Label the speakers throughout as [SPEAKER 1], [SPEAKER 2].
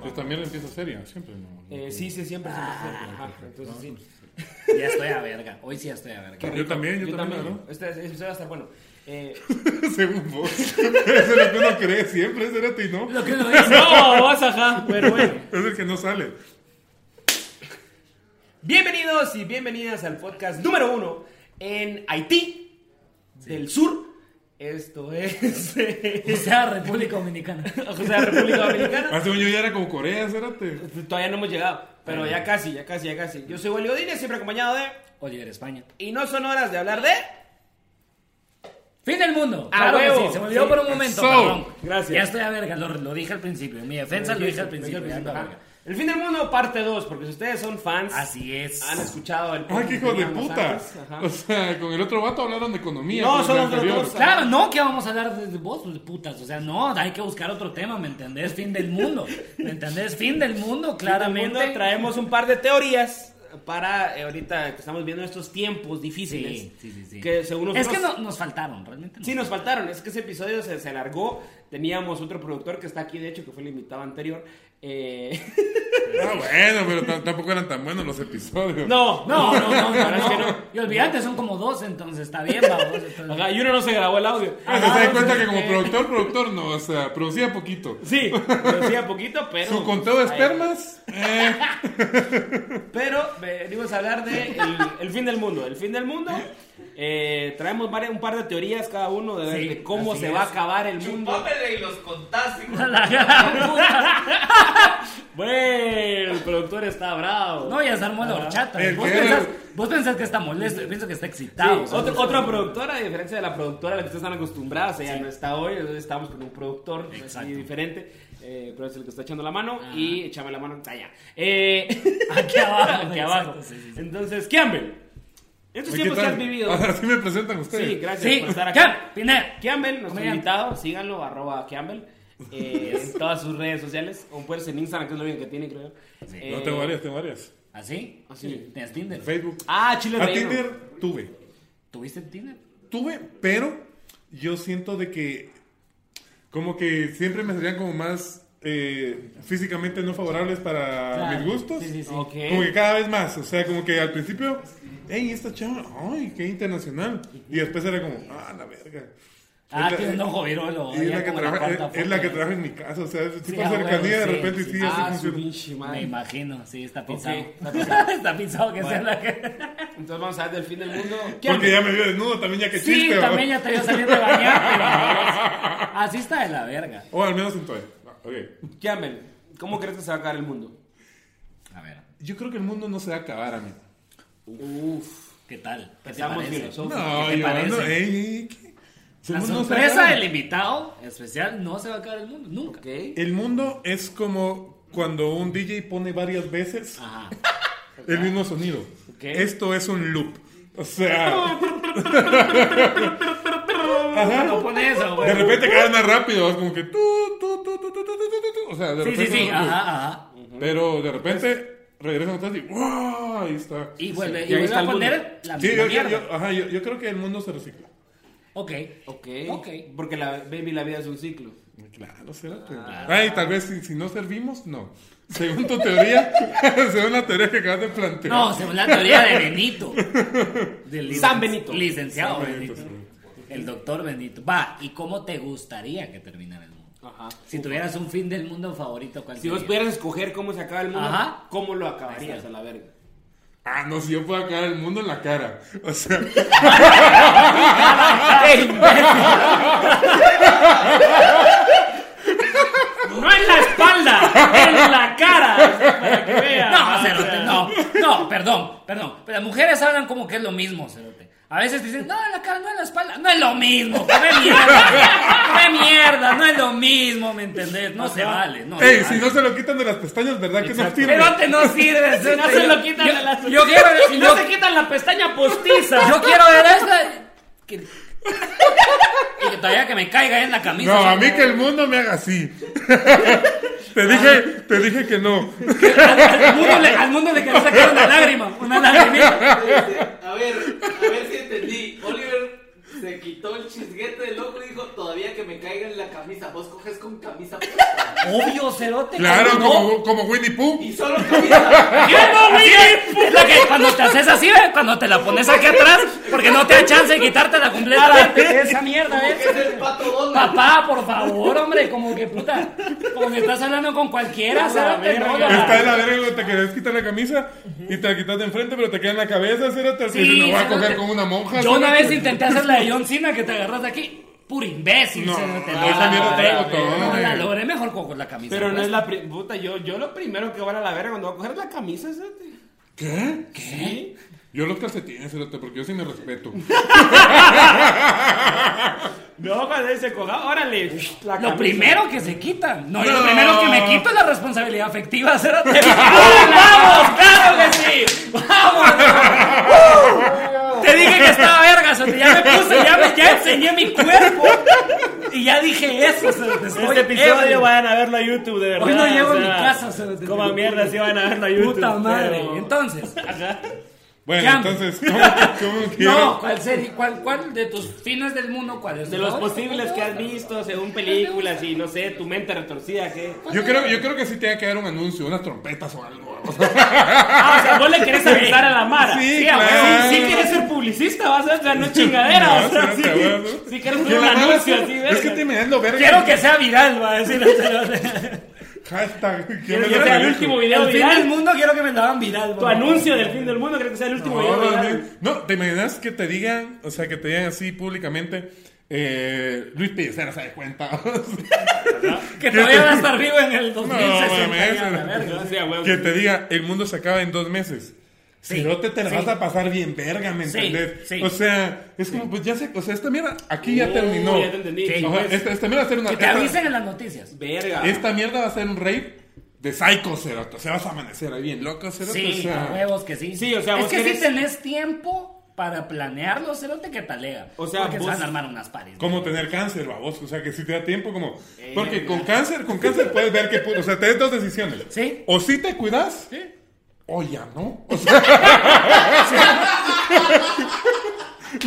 [SPEAKER 1] Pues también la empieza seria, siempre. No,
[SPEAKER 2] Eh, sí, sí, siempre, siempre.
[SPEAKER 3] Ah,
[SPEAKER 2] siempre. Ajá, entonces sí.
[SPEAKER 3] pues, Ya estoy a verga. Hoy sí ya estoy a verga.
[SPEAKER 1] Yo también, yo, también,
[SPEAKER 2] Este, este episodio va a estar bueno. Eh,
[SPEAKER 1] ¿no? Según vos. Eso es lo que uno cree siempre, es el ti, ¿no?
[SPEAKER 3] Lo que no es.
[SPEAKER 2] no, vas ajá. Pero bueno.
[SPEAKER 1] Es el que no sale.
[SPEAKER 2] Bienvenidos y bienvenidas al podcast número uno en Haití del Sur. Esto es.
[SPEAKER 3] O
[SPEAKER 2] eh,
[SPEAKER 3] sea, República Dominicana.
[SPEAKER 2] o sea, República Dominicana.
[SPEAKER 1] Hace un Ah, yo ya era como Corea, cérate.
[SPEAKER 2] Todavía no hemos llegado,
[SPEAKER 3] Ah.
[SPEAKER 2] pero ya casi, ya casi, ya casi. Yo soy Wally Godínez, siempre acompañado de.
[SPEAKER 3] Oliver España.
[SPEAKER 2] Y no son horas de hablar de.
[SPEAKER 3] Fin del mundo.
[SPEAKER 2] A
[SPEAKER 3] Claro que
[SPEAKER 2] huevo.
[SPEAKER 3] sí, Se me olvidó
[SPEAKER 2] Sí.
[SPEAKER 3] por un momento.
[SPEAKER 1] So,
[SPEAKER 3] cabrón.
[SPEAKER 2] gracias.
[SPEAKER 3] Ya estoy a verga. Lo, lo dije al principio. En mi defensa lo dije al principio. ya Ah, ando a
[SPEAKER 2] Ajá.
[SPEAKER 3] verga.
[SPEAKER 2] El fin del mundo, parte 2, porque si ustedes son fans,
[SPEAKER 3] Así es.
[SPEAKER 2] han escuchado el
[SPEAKER 1] ¡Ay, Ah, qué hijo de
[SPEAKER 2] teníamos
[SPEAKER 1] puta!
[SPEAKER 2] antes, ajá.
[SPEAKER 1] O sea, con el otro vato hablaron de economía.
[SPEAKER 2] No,
[SPEAKER 1] con el
[SPEAKER 2] son los dos,
[SPEAKER 1] anterior.
[SPEAKER 2] dos.
[SPEAKER 3] Claro, no, que vamos a hablar de de vos, pues, putas. O sea, no, hay que buscar otro tema, ¿me entendés? Fin del mundo. ¿Me entendés? Fin del mundo, claramente.
[SPEAKER 2] Claramente traemos un par de teorías para eh, ahorita que estamos viendo estos tiempos difíciles.
[SPEAKER 3] Sí, sí, sí, sí.
[SPEAKER 2] Que según
[SPEAKER 3] Es
[SPEAKER 2] nosotros,
[SPEAKER 3] que no- nos faltaron, realmente.
[SPEAKER 2] Sí, nos faltaron. Es que ese episodio se, se alargó. Teníamos otro productor que está aquí, de hecho, que fue el invitado anterior. Eh,
[SPEAKER 1] Ah, bueno, pero t- tampoco eran tan buenos los episodios.
[SPEAKER 2] no,
[SPEAKER 3] No, no, no,
[SPEAKER 2] La
[SPEAKER 3] no.
[SPEAKER 2] verdad es que
[SPEAKER 3] no. Y olvídate, son como dos, entonces está bien, vamos.
[SPEAKER 2] no. Ajá, y uno no se grabó el audio.
[SPEAKER 1] Ah, se da
[SPEAKER 3] Ah,
[SPEAKER 1] cuenta
[SPEAKER 3] sí,
[SPEAKER 1] que como
[SPEAKER 2] sí.
[SPEAKER 1] productor, productor no, o sea, producía poquito.
[SPEAKER 2] Sí, lo hacía poquito, pero.
[SPEAKER 1] Su conteo de espermas, eh,
[SPEAKER 2] Pero eh, venimos a hablar de el, el fin del mundo. El fin del mundo. eh, traemos varias- un par de teorías cada uno de,
[SPEAKER 3] Sí,
[SPEAKER 2] de cómo
[SPEAKER 3] así
[SPEAKER 2] se
[SPEAKER 3] es.
[SPEAKER 2] va a acabar el mundo.
[SPEAKER 4] Chupámele y los contás. hijo.
[SPEAKER 3] La gran puta.
[SPEAKER 2] Bueno, el productor está bravo.
[SPEAKER 3] No, ya se armó la horchata.
[SPEAKER 1] El
[SPEAKER 3] Vos
[SPEAKER 1] que-
[SPEAKER 3] pensás, vos pensás que está molesto, yo pienso que está
[SPEAKER 2] Sí,
[SPEAKER 3] excitado. o sea,
[SPEAKER 2] otro- otra productora, a diferencia de la productora a la que ustedes están acostumbrados, ella no está hoy, entonces estamos con un productor así
[SPEAKER 3] Exacto. Ah.
[SPEAKER 2] diferente, eh, pero es el que está echando la mano y échame la mano allá. Eh,
[SPEAKER 3] Aquí abajo,
[SPEAKER 2] aquí
[SPEAKER 3] exacto,
[SPEAKER 2] abajo.
[SPEAKER 3] sí, sí, sí.
[SPEAKER 2] Entonces, Campbell, estos
[SPEAKER 1] ¿qué
[SPEAKER 2] tiempos que
[SPEAKER 1] tal?
[SPEAKER 2] has vivido,
[SPEAKER 1] Así me presentan ustedes.
[SPEAKER 2] sí, gracias
[SPEAKER 3] Sí,
[SPEAKER 2] por estar acá.
[SPEAKER 3] ya, Pineda.
[SPEAKER 2] Campbell, nuestro
[SPEAKER 3] Comediante.
[SPEAKER 2] invitado, síganlo, arroba Campbell, eh, en todas sus redes sociales, o puedes en Instagram, que es lo único que tiene, creo.
[SPEAKER 3] Sí.
[SPEAKER 2] Eh,
[SPEAKER 1] No, tengo varias, tengo varias.
[SPEAKER 3] ¿Así?
[SPEAKER 2] Así.
[SPEAKER 3] ¿Tienes Tinder?
[SPEAKER 1] Facebook.
[SPEAKER 2] Ah, Chile
[SPEAKER 1] A
[SPEAKER 2] Relleno.
[SPEAKER 1] Tinder tuve.
[SPEAKER 3] ¿Tuviste Tinder?
[SPEAKER 1] Tuve, pero yo siento de que como que siempre me salían como más eh, físicamente no favorables para
[SPEAKER 3] Claro.
[SPEAKER 1] mis gustos.
[SPEAKER 3] Sí, sí, sí.
[SPEAKER 2] Ok.
[SPEAKER 1] Como que cada vez más, o sea, como que al principio, hey, esta chava, ay, qué internacional. Y después era como, ah, la verga.
[SPEAKER 3] Ah,
[SPEAKER 1] Es la-
[SPEAKER 3] tiene un ojo virolo.
[SPEAKER 1] Y es
[SPEAKER 3] allá
[SPEAKER 1] la, que
[SPEAKER 3] como
[SPEAKER 1] trabaja, eh,
[SPEAKER 3] cuarta
[SPEAKER 1] es, es la
[SPEAKER 3] foto.
[SPEAKER 1] que trabaja en mi casa, o sea, es tipo
[SPEAKER 3] ah, bueno,
[SPEAKER 1] cercanía de
[SPEAKER 3] sí,
[SPEAKER 1] repente
[SPEAKER 3] sí.
[SPEAKER 1] sí, así
[SPEAKER 2] Ah, su
[SPEAKER 1] funciona.
[SPEAKER 2] pinche madre.
[SPEAKER 3] Me imagino, sí, está pisado.
[SPEAKER 2] está
[SPEAKER 3] está pisado que sea
[SPEAKER 2] Bueno.
[SPEAKER 3] la que.
[SPEAKER 2] Entonces vamos a ver del fin del mundo.
[SPEAKER 1] Porque ya me vio desnudo también, ya que
[SPEAKER 3] Sí,
[SPEAKER 1] chiste. ¿va?
[SPEAKER 3] también ya te vio salir de bañarte. ¿verdad? Así está de la verga.
[SPEAKER 1] O al menos en toalla. Ah, ok.
[SPEAKER 2] Llamen, ¿cómo crees que se va a acabar el mundo?
[SPEAKER 3] A ver,
[SPEAKER 1] Yo creo que el mundo no se va a acabar, amigo.
[SPEAKER 2] Uf,
[SPEAKER 3] ¿qué tal? ¿Qué te
[SPEAKER 2] Empezamos
[SPEAKER 3] parece?
[SPEAKER 2] filosóficos.
[SPEAKER 1] No,
[SPEAKER 3] ¿Qué te
[SPEAKER 1] yo no.
[SPEAKER 3] parece?
[SPEAKER 1] ey, ey, ¿qué? El
[SPEAKER 3] La
[SPEAKER 1] mundo no se
[SPEAKER 3] sorpresa
[SPEAKER 1] acaba.
[SPEAKER 3] del invitado especial no se va a acabar el mundo, nunca.
[SPEAKER 2] ok.
[SPEAKER 1] El mundo es como cuando un DJ pone varias veces
[SPEAKER 3] Ajá.
[SPEAKER 1] el mismo sonido.
[SPEAKER 2] Ok.
[SPEAKER 1] Esto es un loop. O
[SPEAKER 3] Ah,
[SPEAKER 1] sea,
[SPEAKER 3] No pone eso, güey.
[SPEAKER 1] de repente cada vez más rápido, es como que tú, tú, tú, tú, tú, tú, tú, tú, tú. O sea, de
[SPEAKER 3] Sí, sí,
[SPEAKER 1] repente.
[SPEAKER 3] sí,
[SPEAKER 1] es un loop.
[SPEAKER 3] ajá, ajá.
[SPEAKER 1] Pero de repente regresa atrás y ¡wow! Ahí está.
[SPEAKER 3] Y vuelve,
[SPEAKER 2] Sí,
[SPEAKER 3] y
[SPEAKER 2] ahí
[SPEAKER 3] vuelve
[SPEAKER 2] está
[SPEAKER 3] a
[SPEAKER 2] el
[SPEAKER 3] poner la
[SPEAKER 1] Sí,
[SPEAKER 3] misma
[SPEAKER 1] yo, yo-
[SPEAKER 3] mierda.
[SPEAKER 1] yo- ajá, yo- yo creo que el mundo se recicla.
[SPEAKER 3] Ok.
[SPEAKER 2] Ok.
[SPEAKER 3] Ok.
[SPEAKER 2] Porque la baby, la vida es un ciclo.
[SPEAKER 1] Claro, será. Ay, tal vez si, si no servimos, no. Según tu teoría, según la teoría que acabas de plantear.
[SPEAKER 3] No, según la teoría de Benito. Del licen-
[SPEAKER 2] San Benito.
[SPEAKER 3] Licenciado
[SPEAKER 1] San Benito,
[SPEAKER 3] Benito. El doctor Benito. Va, ¿y cómo te gustaría que terminara el mundo?
[SPEAKER 2] Ajá.
[SPEAKER 3] Si tuvieras un fin del mundo favorito, ¿cuál
[SPEAKER 2] Si vos
[SPEAKER 3] sería?
[SPEAKER 2] pudieras escoger cómo se acaba el mundo,
[SPEAKER 3] Ajá.
[SPEAKER 2] ¿cómo lo acabarías a la verga?
[SPEAKER 1] Ah, no, si yo puedo acabar el mundo en la cara. O sea,
[SPEAKER 2] ¡No en la espalda! ¡En la cara! Para que vean.
[SPEAKER 3] No, Cerote, no, no, perdón, perdón. Pero las mujeres hablan como que es lo mismo, Cerote. A veces dicen, no, en la cara, no en la espalda. No es lo mismo, come mierda. Come mierda, no es lo mismo, ¿me entendés? No se vale, no. se
[SPEAKER 1] ey,
[SPEAKER 3] vale.
[SPEAKER 1] si no se lo quitan de las pestañas, ¿verdad que no sirve?
[SPEAKER 3] Pero te no sirve.
[SPEAKER 2] Si no
[SPEAKER 3] Cerote.
[SPEAKER 2] se
[SPEAKER 3] Yo-
[SPEAKER 2] lo quitan
[SPEAKER 3] yo,
[SPEAKER 2] a las...
[SPEAKER 3] Yo quiero
[SPEAKER 2] Si
[SPEAKER 3] decir,
[SPEAKER 2] no
[SPEAKER 3] yo,
[SPEAKER 2] se quitan la pestaña postiza.
[SPEAKER 3] yo quiero ver esta. que- y que todavía que me caiga en la camisa.
[SPEAKER 1] No,
[SPEAKER 3] ¿sí?
[SPEAKER 1] a mí que el mundo me haga así. te dije, te dije que no.
[SPEAKER 3] Al, al mundo le, al mundo le quería sacar una lágrima. Una lagrimita.
[SPEAKER 4] A ver, a ver si entendí. Oliver Se quitó el chisguete del ojo y dijo, todavía que me caiga en la camisa. Vos coges con camisa puesta.
[SPEAKER 2] Obvio, cerote.
[SPEAKER 1] Claro,
[SPEAKER 2] ¿cómo no?
[SPEAKER 1] como, como Winnie Pooh.
[SPEAKER 4] Y solo camisa.
[SPEAKER 3] ¿Qué no, güey? Es la que cuando te haces así, ¿ve? cuando te la pones aquí atrás, porque no te da chance de quitártela completamente. Esa mierda,
[SPEAKER 4] Como que
[SPEAKER 3] ¿ves?
[SPEAKER 4] es el pato Donald.
[SPEAKER 3] Papá, por favor, hombre, como que puta, como que estás hablando con cualquiera, ¿sabes? No, la-
[SPEAKER 1] Está de la verga cuando te querés quitar la camisa y te la quitas de enfrente, pero te queda en la cabeza, cerote. Así
[SPEAKER 3] Sí,
[SPEAKER 1] no voy a
[SPEAKER 3] cerote.
[SPEAKER 1] coger con una monja.
[SPEAKER 3] Yo una
[SPEAKER 1] cerote.
[SPEAKER 3] vez intenté hacer la de John Cena que te agarras de aquí. Puro imbécil,
[SPEAKER 1] No,
[SPEAKER 3] se no te
[SPEAKER 1] esa
[SPEAKER 3] la-
[SPEAKER 1] mierda trae botones.
[SPEAKER 3] No, la logré mejor con con la camisa.
[SPEAKER 2] Pero no
[SPEAKER 3] pues.
[SPEAKER 2] es la pri- puta, yo, yo lo primero que voy a la verga cuando voy a coger es la camisa, cerote.
[SPEAKER 1] ¿Qué?
[SPEAKER 2] ¿Sí?
[SPEAKER 1] Yo los calcetines, cerote, porque yo sí me respeto.
[SPEAKER 2] No, cuando dice cogado, órale. la
[SPEAKER 3] Lo
[SPEAKER 2] camisa.
[SPEAKER 3] primero que se quitan. No, yo
[SPEAKER 1] No.
[SPEAKER 3] lo primero que me quito es la responsabilidad afectiva. Cérate. ¡Vamos! ¡Claro que sí! ¡Vamos! ¡Uh! Te dije que estaba verga, Cérate. Ya me puse, ya, me, ya enseñé mi cuerpo. Y ya dije eso, Cérate. Estoy
[SPEAKER 5] Este episodio
[SPEAKER 3] ebrio.
[SPEAKER 5] vayan a verlo a YouTube, de verdad.
[SPEAKER 3] Hoy no llego
[SPEAKER 5] o
[SPEAKER 3] a mi
[SPEAKER 5] sea,
[SPEAKER 3] casa, Cérate.
[SPEAKER 5] Como mierda, sí van a verlo a YouTube.
[SPEAKER 3] Puta madre.
[SPEAKER 5] pero-
[SPEAKER 3] Entonces,
[SPEAKER 1] Bueno,
[SPEAKER 3] Cambio.
[SPEAKER 1] entonces, ¿cómo, cómo quieres?
[SPEAKER 3] no, ¿cuál, sería, cuál, ¿cuál de tus fines del mundo, cuál es tu
[SPEAKER 2] De los
[SPEAKER 3] favorito?
[SPEAKER 2] posibles que has visto según películas y no sé, tu mente retorcida, ¿qué?
[SPEAKER 1] Yo creo, yo creo que sí tenía que dar un anuncio, unas trompetas o algo. o sea,
[SPEAKER 2] Ah, o sea, vos le querés avisar a la Mara.
[SPEAKER 1] Sí,
[SPEAKER 2] a huevo.
[SPEAKER 1] claro.
[SPEAKER 2] Sí, sí querés Pues, ser publicista, vas a hacer no chingadera.
[SPEAKER 1] No,
[SPEAKER 2] o sea,
[SPEAKER 1] sí,
[SPEAKER 2] sí,
[SPEAKER 1] a huevo.
[SPEAKER 2] sí querés
[SPEAKER 1] que
[SPEAKER 2] hacer un
[SPEAKER 1] la mala
[SPEAKER 2] anuncio
[SPEAKER 1] sea-
[SPEAKER 2] así,
[SPEAKER 1] Es que
[SPEAKER 2] verga.
[SPEAKER 1] te me dan lo verga.
[SPEAKER 3] Quiero que sea viral, va a decir Cérate.
[SPEAKER 1] Hashtag. ¿quién
[SPEAKER 2] Quiero
[SPEAKER 1] me
[SPEAKER 2] que
[SPEAKER 1] lo
[SPEAKER 2] sea el
[SPEAKER 1] dijo?
[SPEAKER 2] último
[SPEAKER 3] El
[SPEAKER 2] video
[SPEAKER 3] fin del
[SPEAKER 2] viral.
[SPEAKER 3] mundo quiero que me lo hagan viral.
[SPEAKER 2] Tu anuncio del fin del mundo, creo que sea el último
[SPEAKER 1] No,
[SPEAKER 2] video viral.
[SPEAKER 1] man. No, te imaginas que te digan, o sea, que te digan así públicamente, eh, Luis Pellicer se da cuenta.
[SPEAKER 3] Que todavía va a estar vivo en el 2060.
[SPEAKER 1] mames.
[SPEAKER 3] ya, la verga.
[SPEAKER 2] Sí, a huevo.
[SPEAKER 1] que te diga, el mundo se acaba en dos meses. Si no te, te la
[SPEAKER 3] sí.
[SPEAKER 1] vas a pasar bien verga, ¿me
[SPEAKER 3] Sí,
[SPEAKER 1] entendés?
[SPEAKER 3] sí.
[SPEAKER 1] O sea, es como, pues ya se, o sea, esta mierda aquí ya
[SPEAKER 2] Oh,
[SPEAKER 1] terminó.
[SPEAKER 2] ya te entendí.
[SPEAKER 1] Ajá,
[SPEAKER 2] Sí, pues.
[SPEAKER 1] esta, esta mierda va a ser una...
[SPEAKER 3] Que te
[SPEAKER 1] esta-
[SPEAKER 3] avisen en las noticias.
[SPEAKER 2] Verga.
[SPEAKER 1] Esta mierda va a ser un raid de Psycho Cerote. O sea, vas a amanecer ahí bien loco, Cerote. o
[SPEAKER 3] Sí,
[SPEAKER 1] sea,
[SPEAKER 3] a huevos que sí.
[SPEAKER 2] Sí, o sea,
[SPEAKER 3] es
[SPEAKER 2] vos
[SPEAKER 3] que
[SPEAKER 2] querés-
[SPEAKER 3] si tenés tiempo para planearlo, cerote que talega.
[SPEAKER 2] O sea,
[SPEAKER 3] porque
[SPEAKER 2] vos-
[SPEAKER 3] se van a armar unas paris.
[SPEAKER 1] como tener cáncer, babos. O sea, que si te da tiempo, como.
[SPEAKER 3] Eh,
[SPEAKER 1] Porque con cáncer, con cáncer puedes ver que. pu- O sea, tenés dos decisiones.
[SPEAKER 3] Sí.
[SPEAKER 1] O si te cuidas, o ya no. O sea.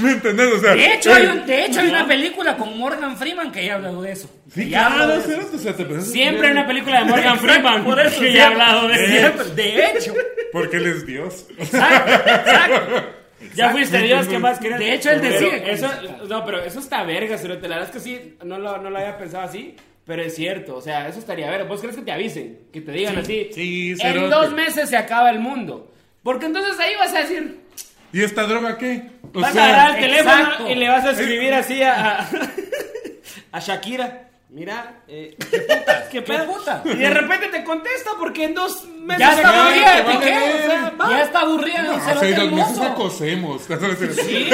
[SPEAKER 1] ¿Me entendés? O sea.
[SPEAKER 3] De hecho, hay, un-
[SPEAKER 1] eh,
[SPEAKER 3] de hecho, hay una película con Morgan Freeman que ya habló de eso.
[SPEAKER 1] Sí,
[SPEAKER 3] Que ya habló
[SPEAKER 1] claro,
[SPEAKER 3] de eso.
[SPEAKER 1] Cerote, O sea, te pensás-
[SPEAKER 2] Siempre una película de Morgan Freeman.
[SPEAKER 3] Por eso
[SPEAKER 2] que
[SPEAKER 3] siempre-
[SPEAKER 2] ya he hablado de eso.
[SPEAKER 3] siempre, De hecho.
[SPEAKER 1] Porque él es Dios.
[SPEAKER 3] Exacto, exacto.
[SPEAKER 2] Ya fuiste Dios, ¿qué más querés?
[SPEAKER 3] De hecho, él
[SPEAKER 2] Pero
[SPEAKER 3] decide.
[SPEAKER 2] Eso, no, pero eso está verga, pero te la verdad es que sí, no lo, no lo había pensado así, pero es cierto. O sea, eso estaría verga. ¿Vos crees que te avisen? Que te digan así.
[SPEAKER 1] sí, cerote.
[SPEAKER 2] En dos meses se acaba el mundo. Porque entonces ahí vas a decir.
[SPEAKER 1] ¿Y esta droga qué? O ah,
[SPEAKER 2] vas a agarrar el
[SPEAKER 3] exacto.
[SPEAKER 2] teléfono y le vas a escribir así a. a, a Shakira. Mira, eh, qué puta, qué, pedo.
[SPEAKER 3] puta.
[SPEAKER 2] Y de repente te contesta porque en dos meses.
[SPEAKER 3] Ya
[SPEAKER 2] se
[SPEAKER 3] está
[SPEAKER 2] acaba el
[SPEAKER 3] aburrida de
[SPEAKER 2] mundo,
[SPEAKER 1] Piqué,
[SPEAKER 2] ¿qué? O sea, va.
[SPEAKER 3] Ya está aburrida de un
[SPEAKER 1] o
[SPEAKER 3] cerote
[SPEAKER 1] sea, dos meses
[SPEAKER 3] hermoso.
[SPEAKER 1] acosemos.
[SPEAKER 2] Sí.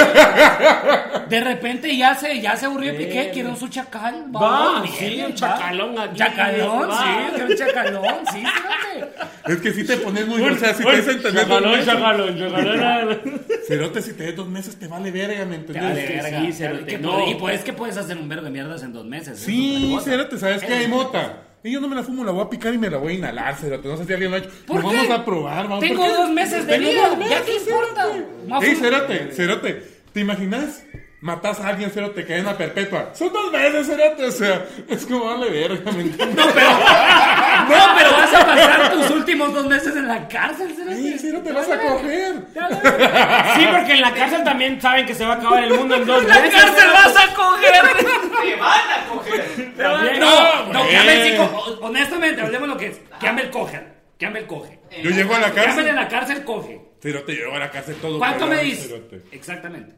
[SPEAKER 3] De repente ya se, ya se aburrió Piqué, quiere un su chacal.
[SPEAKER 2] Va,
[SPEAKER 3] bien,
[SPEAKER 2] sí, un
[SPEAKER 3] va.
[SPEAKER 2] chacalón aquí,
[SPEAKER 3] Chacalón,
[SPEAKER 2] va.
[SPEAKER 3] sí, quiere un chacalón, sí, fíjate.
[SPEAKER 1] Es que si te pones muy. O sea, si te dicen tener dos
[SPEAKER 5] Chagalón,
[SPEAKER 1] meses-
[SPEAKER 5] chagalón, chagalón.
[SPEAKER 1] Cerote, si te des dos meses, te vale verga, ¿me entendés?
[SPEAKER 3] Vale,
[SPEAKER 2] Pues que
[SPEAKER 3] verga.
[SPEAKER 2] sí, cerote,
[SPEAKER 3] Que
[SPEAKER 2] no.
[SPEAKER 3] pod- Y pues que puedes hacer un vergo de mierdas en dos meses. eso es
[SPEAKER 1] Sí,
[SPEAKER 3] otra cosa.
[SPEAKER 1] Cerote, ¿sabes qué
[SPEAKER 3] Eso
[SPEAKER 1] hay
[SPEAKER 3] es
[SPEAKER 1] mota? Y yo no me la fumo, la voy a picar y me la voy a inhalar, Cerote. No sé si alguien lo ha hecho.
[SPEAKER 3] ¿Por
[SPEAKER 1] Lo
[SPEAKER 3] qué?
[SPEAKER 1] vamos a probar, vamos
[SPEAKER 3] Tengo
[SPEAKER 1] ¿por qué?
[SPEAKER 3] dos meses de
[SPEAKER 1] Tengo
[SPEAKER 3] vida,
[SPEAKER 1] dos
[SPEAKER 3] ¿ya qué importa? Me voy a
[SPEAKER 1] Ey,
[SPEAKER 3] fumar.
[SPEAKER 1] Cerote, Cerote, ¿te imaginas? Matas a alguien, Cerote, cadena perpetua. Son dos meses, Cerote, o sea, es como vale verga, ¿me entiendes?
[SPEAKER 3] Ah, No, pero vas a pasar tus últimos dos meses en la cárcel,
[SPEAKER 1] Ey, Cerote,
[SPEAKER 3] Cerote.
[SPEAKER 1] vas a coger.
[SPEAKER 3] Ya, la verga.
[SPEAKER 2] Sí, porque en la cárcel también saben que se va a acabar el mundo en dos
[SPEAKER 3] En la
[SPEAKER 2] meses.
[SPEAKER 3] cárcel vas a coger.
[SPEAKER 4] Te van a coger.
[SPEAKER 2] También.
[SPEAKER 3] No, no,
[SPEAKER 1] güey.
[SPEAKER 3] Campbell sí co- Honestamente, hablemos lo que es. Campbell coge. Campbell coge.
[SPEAKER 1] Yo llego a la
[SPEAKER 3] Campbell en
[SPEAKER 1] cárcel.
[SPEAKER 3] la cárcel coge.
[SPEAKER 1] Cerote, yo llego a la cárcel todo.
[SPEAKER 3] ¿Cuánto
[SPEAKER 1] pelón,
[SPEAKER 3] me dices?
[SPEAKER 1] Cerote.
[SPEAKER 3] Exactamente.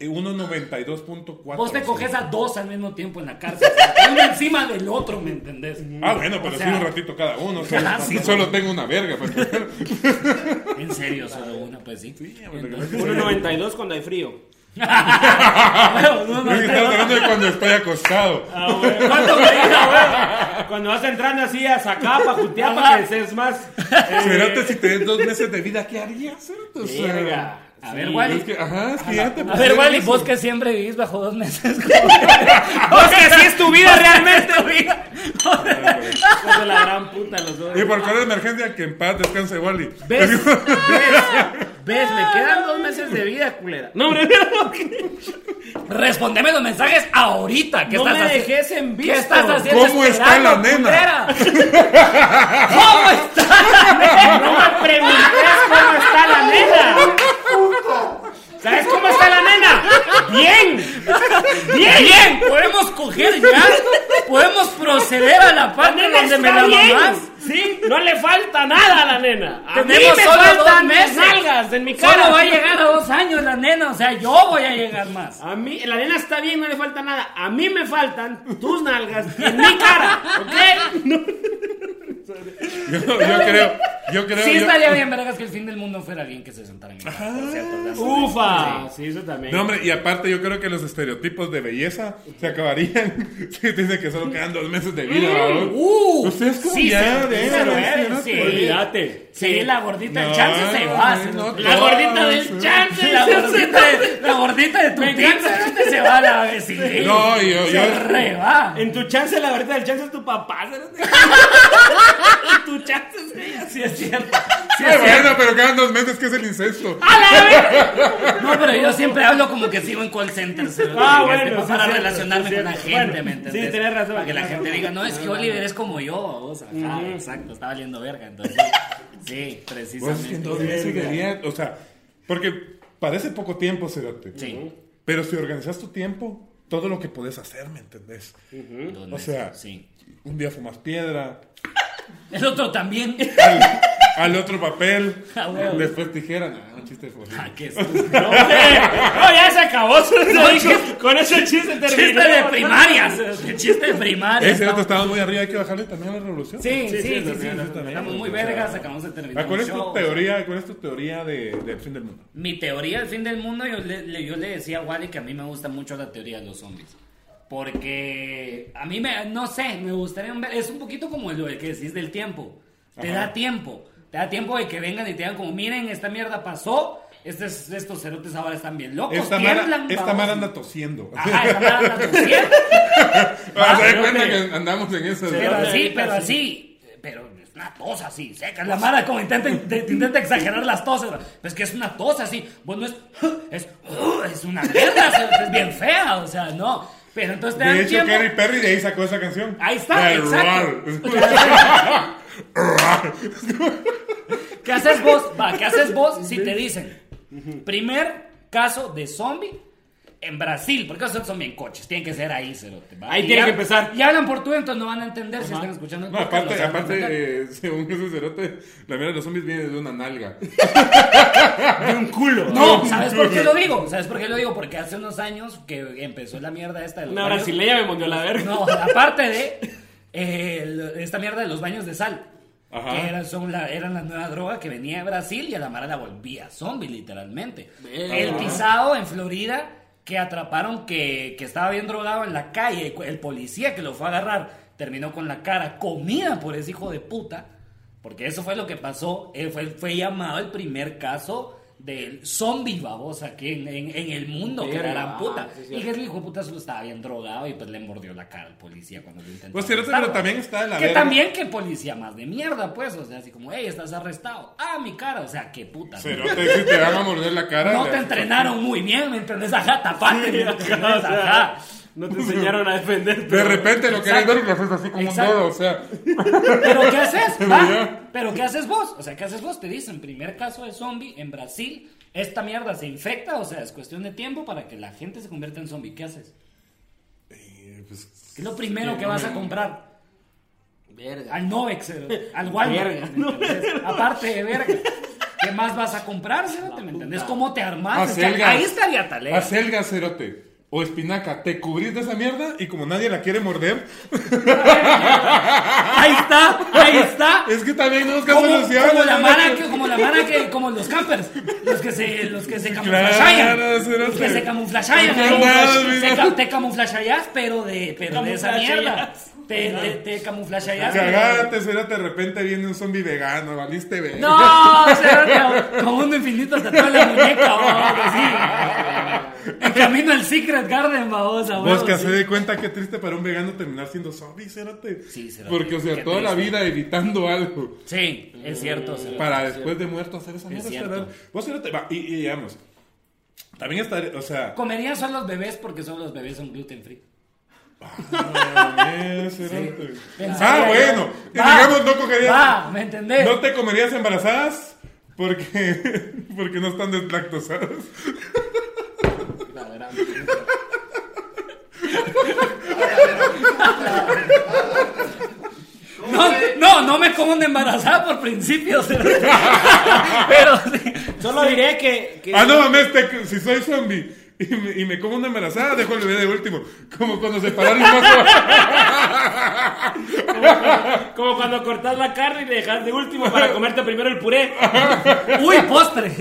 [SPEAKER 1] Eh, 1.92.4.
[SPEAKER 3] Vos te
[SPEAKER 1] Cerote.
[SPEAKER 3] coges a dos al mismo tiempo en la cárcel. o sea, Uno encima del otro, ¿me entendés?
[SPEAKER 1] Ah, bueno, pero
[SPEAKER 3] O
[SPEAKER 1] sí
[SPEAKER 3] sea,
[SPEAKER 1] un ratito cada uno. o sea,
[SPEAKER 3] Ah, sí.
[SPEAKER 1] solo tengo una verga. pues.
[SPEAKER 3] En serio, solo uno, pues sí. Sí,
[SPEAKER 1] Entonces,
[SPEAKER 2] 1.92 cuando hay frío.
[SPEAKER 1] Es que estamos hablando de cuando estoy acostado.
[SPEAKER 3] Ah, ¿Cuánto me
[SPEAKER 2] Cuando vas entrando así a sacar, pa' jutear, pa' que seas más. eh,
[SPEAKER 1] Cerote, si tenés dos meses de vida, ¿qué harías? Cerote? O sea,
[SPEAKER 2] verga.
[SPEAKER 3] A
[SPEAKER 2] Sí.
[SPEAKER 3] ver,
[SPEAKER 1] Es
[SPEAKER 3] Wally.
[SPEAKER 1] que, ajá, es que ya te
[SPEAKER 3] A ver, Wally,
[SPEAKER 1] pusieron
[SPEAKER 3] vos
[SPEAKER 1] eso.
[SPEAKER 3] que siempre vivís bajo dos meses.
[SPEAKER 2] O sea, si es tu vida realmente, vida. Hijos de la gran puta los dos.
[SPEAKER 1] Y por correr de emergencia, que en paz descanse Wally.
[SPEAKER 3] ¿Ves? ¿Ves?
[SPEAKER 2] ¿Ves? Me quedan dos meses de vida, culera.
[SPEAKER 5] No, hombre,
[SPEAKER 3] Respondeme los mensajes ahorita. ¿Qué
[SPEAKER 2] No
[SPEAKER 3] estás
[SPEAKER 2] me
[SPEAKER 3] haciendo?
[SPEAKER 2] dejes en
[SPEAKER 3] ¿Qué
[SPEAKER 2] visto.
[SPEAKER 3] estás haciendo?
[SPEAKER 1] ¿Cómo está la
[SPEAKER 3] esperando,
[SPEAKER 1] nena?
[SPEAKER 3] culera? ¿Cómo está la nena?
[SPEAKER 5] no me preguntes cómo está la nena. ¿Sabes cómo está la nena? Bien.
[SPEAKER 3] Bien, bien, podemos coger ya. Podemos proceder a la
[SPEAKER 5] La
[SPEAKER 3] parte
[SPEAKER 5] nena
[SPEAKER 3] donde
[SPEAKER 5] está
[SPEAKER 3] me la
[SPEAKER 5] bien.
[SPEAKER 3] mamás.
[SPEAKER 5] Sí, no le falta nada a la nena. A mí
[SPEAKER 3] Tenemos
[SPEAKER 5] me
[SPEAKER 3] solo
[SPEAKER 5] faltan
[SPEAKER 3] dos
[SPEAKER 5] mis
[SPEAKER 3] meses.
[SPEAKER 5] nalgas en mi cara.
[SPEAKER 3] Solo va a llegar a dos años la nena, o sea, yo voy a llegar más.
[SPEAKER 5] A mí, la nena está bien, no le falta nada. A mí me faltan tus nalgas en mi cara, ¿ok? No.
[SPEAKER 1] Yo, yo creo, yo creo.
[SPEAKER 3] Sí
[SPEAKER 1] yo-
[SPEAKER 3] estaría bien, vergas, que el fin del mundo fuera bien que se sentara en mi casa, por cierto.
[SPEAKER 1] Ah,
[SPEAKER 3] gracias.
[SPEAKER 5] Ufa. Sí, eso también.
[SPEAKER 1] No, hombre, y aparte yo creo que los estereotipos de belleza se acabarían si te dicen que solo quedan dos meses de vida, ¿verdad?
[SPEAKER 3] Uh,
[SPEAKER 1] Ustedes Pues como
[SPEAKER 3] sí,
[SPEAKER 1] ya,
[SPEAKER 3] se-
[SPEAKER 1] de-
[SPEAKER 3] se lo
[SPEAKER 1] de-
[SPEAKER 3] es,
[SPEAKER 1] ¿no?
[SPEAKER 3] sí.
[SPEAKER 5] Olvídate.
[SPEAKER 3] Sí, la gordita del
[SPEAKER 1] No,
[SPEAKER 3] chance se va.
[SPEAKER 1] no,
[SPEAKER 3] se-
[SPEAKER 1] no,
[SPEAKER 3] la
[SPEAKER 1] no,
[SPEAKER 3] gordita
[SPEAKER 1] no,
[SPEAKER 3] del
[SPEAKER 1] sí.
[SPEAKER 3] chance, la gordita de, la gordita de tu tía, se, se va a la vecindad.
[SPEAKER 1] No, yo-
[SPEAKER 3] se
[SPEAKER 1] yo-
[SPEAKER 3] re va.
[SPEAKER 5] En tu chance, la verdad, el chance es tu papá. ¿sabes? En tu chance es ella.
[SPEAKER 3] Sí, es cierto. Sí,
[SPEAKER 1] Ay,
[SPEAKER 3] es cierto.
[SPEAKER 1] bueno, pero quedan dos meses que es el incesto.
[SPEAKER 3] Ah. No, pero yo siempre hablo como que sigo en call centers. ¿no?
[SPEAKER 5] Ah,
[SPEAKER 3] Porque
[SPEAKER 5] bueno,
[SPEAKER 3] este,
[SPEAKER 5] sí,
[SPEAKER 3] Para
[SPEAKER 5] cierto,
[SPEAKER 3] relacionarme
[SPEAKER 5] sí,
[SPEAKER 3] con la
[SPEAKER 5] cierto.
[SPEAKER 3] gente,
[SPEAKER 5] Bueno,
[SPEAKER 3] ¿me entiendes?
[SPEAKER 5] sí, tenés razón.
[SPEAKER 3] Para que la gente diga, no, es que Oliver es como yo, o sea, ajá, exacto, está valiendo verga, entonces. Sí,
[SPEAKER 1] Vos ¿eh? es que en dos
[SPEAKER 3] precisamente.
[SPEAKER 1] meses de vida, o sea, porque parece poco tiempo, Cerote.
[SPEAKER 3] Sí.
[SPEAKER 1] Pero si organizas tu tiempo, todo lo que podés hacer, ¿me entendés?
[SPEAKER 3] dos meses,
[SPEAKER 1] sea,
[SPEAKER 3] sí.
[SPEAKER 1] Un día fumas piedra,
[SPEAKER 3] El otro también.
[SPEAKER 1] al, al otro papel,
[SPEAKER 3] Ah, huevo.
[SPEAKER 1] después tijera, no, un chiste jodido.
[SPEAKER 3] Ah, qué estúpido.
[SPEAKER 5] No, hombre. No, ya se acabó. Con- Con ese chiste terminó.
[SPEAKER 3] Chiste de primarias. Chiste de primarias.
[SPEAKER 1] Ese cerote estaba muy arriba, hay que bajarle también a la revolución.
[SPEAKER 3] Sí, sí, sí, sí,
[SPEAKER 1] también,
[SPEAKER 3] sí,
[SPEAKER 1] eso también,
[SPEAKER 3] Estamos muy
[SPEAKER 1] o sea,
[SPEAKER 3] vergas, acabamos de terminar.
[SPEAKER 1] Ah, ¿Cuál
[SPEAKER 3] el
[SPEAKER 1] es tu
[SPEAKER 3] show.
[SPEAKER 1] teoría, cuál es tu teoría de, del fin del mundo?
[SPEAKER 3] Mi teoría del fin del mundo, yo le, le- yo le decía a Wally que a mí me gusta mucho la teoría de los zombies. Porque a mí me, no sé, me gustaría ver, es un poquito como lo que decís del tiempo. Te
[SPEAKER 1] Ajá.
[SPEAKER 3] da tiempo, te da tiempo de que vengan y te digan como, miren, esta mierda pasó, estos, estos cerotes ahora están bien locos,
[SPEAKER 1] Esta mara,
[SPEAKER 3] tiemblan.
[SPEAKER 1] esta
[SPEAKER 3] babos".
[SPEAKER 1] mara anda tosiendo.
[SPEAKER 3] Ajá, esta mara anda tosiendo.
[SPEAKER 1] Ah, se da
[SPEAKER 5] creo
[SPEAKER 1] cuenta
[SPEAKER 5] que-
[SPEAKER 1] que andamos en eso.
[SPEAKER 3] Pero
[SPEAKER 5] Ahorita
[SPEAKER 3] así, pero
[SPEAKER 5] sí.
[SPEAKER 3] así. Pero es una tos así, seca. La mara como intenta, te- te intenta exagerar las toses. Pero es que es una tos así. Bueno, es. Es, es una mierda. es- Es bien fea. O sea, no. Pero entonces te dan
[SPEAKER 1] De hecho,
[SPEAKER 3] tiempo.
[SPEAKER 1] Katy Perry de ahí sacó esa canción.
[SPEAKER 3] Ahí está,
[SPEAKER 1] De
[SPEAKER 3] exacto.
[SPEAKER 1] Roar.
[SPEAKER 3] ¿Qué haces vos? Va, ¿qué haces vos si te dicen? Primer caso de zombie en Brasil, porque esos son bien coches, tienen que ser ahí, cerote, va.
[SPEAKER 5] Ahí
[SPEAKER 3] Y
[SPEAKER 5] tiene
[SPEAKER 3] hab-
[SPEAKER 5] que empezar.
[SPEAKER 3] Y hablan por tú, entonces no van a entender si están escuchando el
[SPEAKER 1] No,
[SPEAKER 3] podcast,
[SPEAKER 1] aparte,
[SPEAKER 3] lo saben entender.
[SPEAKER 1] aparte eh, según ese cerote, la mierda de los zombies viene de una nalga.
[SPEAKER 5] De un culo.
[SPEAKER 3] No, ¿sabes por qué lo digo? ¿Sabes por qué lo digo? Porque hace unos años que empezó la mierda esta de los
[SPEAKER 5] Una
[SPEAKER 3] baños-
[SPEAKER 5] brasileña me mondió la verga.
[SPEAKER 3] No, aparte de eh, el- esta mierda de los baños de sal.
[SPEAKER 1] Ajá.
[SPEAKER 3] Que eran, son la, eran la nueva droga que venía de Brasil y a la mara la volvía zombie, literalmente. El pisado en Florida que atraparon que, que estaba bien drogado en la calle. El policía que lo fue a agarrar terminó con la cara comida por ese hijo de puta. Porque eso fue lo que pasó. Eh, fue, fue llamado el primer caso del zombie babosa que en, en- en el mundo, que la
[SPEAKER 5] Verga,
[SPEAKER 3] gran puta.
[SPEAKER 5] ah, sí,
[SPEAKER 3] y que el hijo de puta solo estaba bien drogado y pues le mordió la cara al policía cuando lo intentó.
[SPEAKER 1] Pues cerote,
[SPEAKER 3] arrestar,
[SPEAKER 1] pero también
[SPEAKER 3] ¿no?
[SPEAKER 1] está de la
[SPEAKER 3] Que
[SPEAKER 1] verga.
[SPEAKER 3] también que policía más de mierda, pues, o sea, así como, hey, estás arrestado. Ah, mi cara, o sea, qué puta. ¿no?
[SPEAKER 1] Cerote, si te van a morder la cara.
[SPEAKER 3] No
[SPEAKER 1] le-
[SPEAKER 3] te entrenaron muy bien, ¿me entendés? Ajá, tapate, ¿me entendés?
[SPEAKER 5] O sea,
[SPEAKER 3] Ajá.
[SPEAKER 5] no te enseñaron a defenderte.
[SPEAKER 1] De repente lo querés ver y lo haces así como
[SPEAKER 3] Exacto.
[SPEAKER 1] un dedo, o sea.
[SPEAKER 3] ¿Pero qué haces? va?
[SPEAKER 1] murió.
[SPEAKER 3] ¿Pero qué haces vos? O sea, ¿qué haces vos? Te dicen, primer caso de zombie en Brasil, esta mierda se infecta, o sea, es cuestión de tiempo para que la gente se convierta en zombie. ¿Qué haces?
[SPEAKER 1] Eh, pues,
[SPEAKER 3] ¿Qué es lo primero que vas a comprar?
[SPEAKER 2] Verga.
[SPEAKER 3] Al Novex, eh, al Walmart.
[SPEAKER 2] Verga.
[SPEAKER 3] ¿me entendés? Aparte de verga. ¿Qué más vas a comprar, cerote? ¿Me entendés? ¿Cómo te armás? O sea,
[SPEAKER 1] Acelgas.
[SPEAKER 3] ahí estaría talera.
[SPEAKER 1] acelga, cerote. O espinaca, te cubrís de esa mierda y como nadie la quiere morder,
[SPEAKER 3] Ahí está, ahí está.
[SPEAKER 1] es que también no buscas
[SPEAKER 3] Como,
[SPEAKER 1] solución.
[SPEAKER 3] como la
[SPEAKER 1] ¿no?
[SPEAKER 3] mara que, como la mara que, como los campers, los que se, los que se camuflajean,
[SPEAKER 1] cerote.
[SPEAKER 3] los que se camuflajean,
[SPEAKER 1] No,
[SPEAKER 3] ¿no?
[SPEAKER 1] no,
[SPEAKER 3] Se
[SPEAKER 1] no.
[SPEAKER 3] ca- te camuflajeas, pero de, pero de esa
[SPEAKER 5] Camuflajeas.
[SPEAKER 3] mierda, te, te, te camuflajeas.
[SPEAKER 1] Cagate, cerote, de repente viene un zombie vegano, valiste verga.
[SPEAKER 3] No, cerote, como un infinito tatuado en la muñeca, o algo así. En camino al Secret Garden, babosa,
[SPEAKER 1] Vos
[SPEAKER 3] huevo,
[SPEAKER 1] que
[SPEAKER 3] sí.
[SPEAKER 1] se dé cuenta qué triste para un vegano terminar siendo zombie, cérate.
[SPEAKER 3] Sí, cérate.
[SPEAKER 1] Porque, o sea,
[SPEAKER 3] Qué
[SPEAKER 1] toda la
[SPEAKER 3] triste.
[SPEAKER 1] vida evitando algo
[SPEAKER 3] Sí, es cierto. sí.
[SPEAKER 1] para después de muerto hacer esa mierda.
[SPEAKER 3] cierto.
[SPEAKER 1] cérate. Vos cérate, va, y, y digamos, también estar, o sea,
[SPEAKER 3] Comerían solo los bebés porque solo los bebés son gluten free.
[SPEAKER 1] eh, cérate.
[SPEAKER 3] Pensaría
[SPEAKER 1] Ah,
[SPEAKER 3] yo.
[SPEAKER 1] bueno, y
[SPEAKER 3] Va,
[SPEAKER 1] digamos, no cogerías,
[SPEAKER 3] Va, ¿me entendés?
[SPEAKER 1] no te comerías embarazadas porque, porque no están deslactosadas.
[SPEAKER 3] No, no, no me como una embarazada por principio. Pero pero sí.
[SPEAKER 2] Solo diré que. que-
[SPEAKER 1] Ah, no mames, te- si soy zombie y me, y me como una embarazada, dejo el bebé de último. Como cuando se pararon los
[SPEAKER 2] Como cuando cortas la carne y le dejas de último para comerte primero el puré.
[SPEAKER 3] Uy, postre.